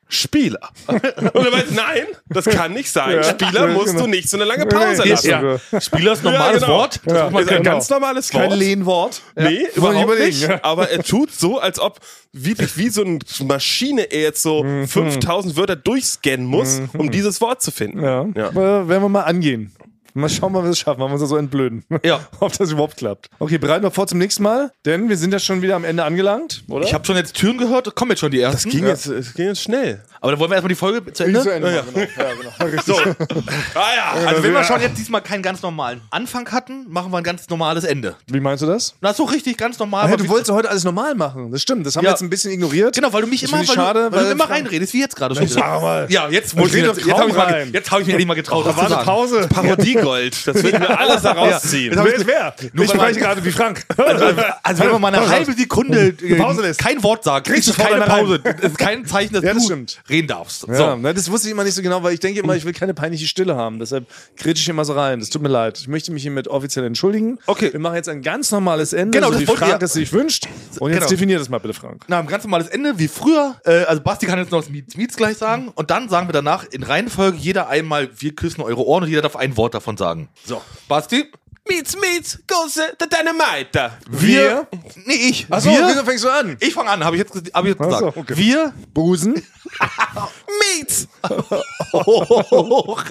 [SPEAKER 3] Spieler. Und er meint, nein, das kann nicht sein.
[SPEAKER 2] Ja.
[SPEAKER 3] Spieler
[SPEAKER 2] Ja,
[SPEAKER 3] musst
[SPEAKER 2] genau.
[SPEAKER 3] du nicht so eine lange Pause lassen. Ja.
[SPEAKER 1] Spieler ist ein normales
[SPEAKER 3] Ja, genau.
[SPEAKER 1] Wort. Das
[SPEAKER 2] Ja.
[SPEAKER 1] muss man
[SPEAKER 3] Ist ein
[SPEAKER 1] können.
[SPEAKER 3] ganz normales Wort.
[SPEAKER 2] Lehnwort.
[SPEAKER 3] Nee,
[SPEAKER 2] Muss man
[SPEAKER 3] überhaupt
[SPEAKER 2] überlegen,
[SPEAKER 3] nicht.
[SPEAKER 2] ja.
[SPEAKER 3] Aber er tut so, als ob wirklich wie so eine Maschine er jetzt so 5000 Wörter durchscannen muss, um dieses Wort zu finden.
[SPEAKER 2] Ja.
[SPEAKER 3] Ja.
[SPEAKER 2] Aber Werden wir mal angehen. Mal schauen, ob wir es schaffen, ob wir uns da so entblöden.
[SPEAKER 1] Ja.
[SPEAKER 2] Ob das überhaupt klappt. Okay, bereiten wir vor zum nächsten Mal, denn wir sind ja schon wieder am Ende angelangt, oder?
[SPEAKER 1] Ich habe schon jetzt Türen gehört, kommen jetzt schon die ersten.
[SPEAKER 3] Ging jetzt, es ging jetzt schnell.
[SPEAKER 1] Aber dann wollen wir erstmal die Folge zu
[SPEAKER 2] Wie
[SPEAKER 1] Ende.
[SPEAKER 2] zu Ende
[SPEAKER 3] Ja,
[SPEAKER 2] machen, genau. Ja, genau.
[SPEAKER 1] So. ah ja. Also wenn
[SPEAKER 2] Ja.
[SPEAKER 1] wir schon jetzt diesmal keinen ganz normalen Anfang hatten, machen wir ein ganz normales Ende.
[SPEAKER 2] Wie meinst du das?
[SPEAKER 1] Na so richtig ganz normal.
[SPEAKER 2] Aber
[SPEAKER 1] aber
[SPEAKER 2] du
[SPEAKER 1] wie-
[SPEAKER 2] wolltest ja heute alles normal machen. Das stimmt, das haben wir
[SPEAKER 1] Ja.
[SPEAKER 2] jetzt ein bisschen ignoriert.
[SPEAKER 1] genau, weil du mich
[SPEAKER 2] Das
[SPEAKER 1] immer, weil
[SPEAKER 2] finde ich schade,
[SPEAKER 1] du, weil du
[SPEAKER 2] weil
[SPEAKER 1] immer
[SPEAKER 2] Frank-
[SPEAKER 1] reinredest, wie jetzt gerade schon.
[SPEAKER 2] Sag mal.
[SPEAKER 1] Ja, jetzt
[SPEAKER 2] Red
[SPEAKER 1] muss ich
[SPEAKER 2] doch
[SPEAKER 1] jetzt, jetzt
[SPEAKER 2] kaum
[SPEAKER 1] habe ich, mal-
[SPEAKER 2] rein.
[SPEAKER 1] jetzt hab ich mich endlich mal getraut. das zu sagen.
[SPEAKER 2] Pause.
[SPEAKER 1] Parodie
[SPEAKER 3] Marigold. Das würden wir alles da rausziehen.
[SPEAKER 1] Ja.
[SPEAKER 6] Wer? wer?
[SPEAKER 1] Nur
[SPEAKER 6] ich
[SPEAKER 1] weil
[SPEAKER 6] spreche gerade wie Frank.
[SPEAKER 1] Also wenn man mal eine halbe Sekunde äh,
[SPEAKER 6] Pause lässt.
[SPEAKER 1] kein Wort sagt,
[SPEAKER 6] Kriegst
[SPEAKER 1] ist es
[SPEAKER 6] du
[SPEAKER 1] keine
[SPEAKER 6] vorne
[SPEAKER 1] Pause. Es ist kein Zeichen, dass
[SPEAKER 2] Ja, das
[SPEAKER 1] du
[SPEAKER 2] stimmt.
[SPEAKER 1] reden darfst.
[SPEAKER 2] Ja,
[SPEAKER 1] So.
[SPEAKER 2] ne, das wusste ich immer nicht so genau, weil ich denke immer, ich will keine peinliche Stille haben. Deshalb kritisch ich immer so rein. Das tut mir leid. Ich möchte mich hiermit offiziell entschuldigen.
[SPEAKER 1] Okay.
[SPEAKER 2] Wir machen jetzt ein ganz normales Ende,
[SPEAKER 1] Genau,
[SPEAKER 2] so
[SPEAKER 1] das
[SPEAKER 2] wie
[SPEAKER 1] wollte
[SPEAKER 2] Frank
[SPEAKER 1] ich ja.
[SPEAKER 2] es sich wünscht. Und jetzt
[SPEAKER 1] Genau.
[SPEAKER 2] definier das mal bitte, Frank.
[SPEAKER 1] Na, ein ganz normales Ende, wie früher. Äh, also Basti kann jetzt noch das Meets, Meets gleich sagen. Und dann sagen wir danach in Reihenfolge jeder einmal, wir küssen eure Ohren und jeder darf ein Wort davon sagen. So, Basti?
[SPEAKER 3] Meets, meets, gosse, der Dynamiter.
[SPEAKER 1] Wir? Nee, ich.
[SPEAKER 2] Achso,
[SPEAKER 1] wir?
[SPEAKER 2] fängst du an?
[SPEAKER 1] Ich fange an, habe ich jetzt, ges- hab ich jetzt
[SPEAKER 2] Ach so,
[SPEAKER 1] gesagt.
[SPEAKER 2] okay.
[SPEAKER 1] Wir
[SPEAKER 2] Busen.
[SPEAKER 3] Meets.
[SPEAKER 1] hoch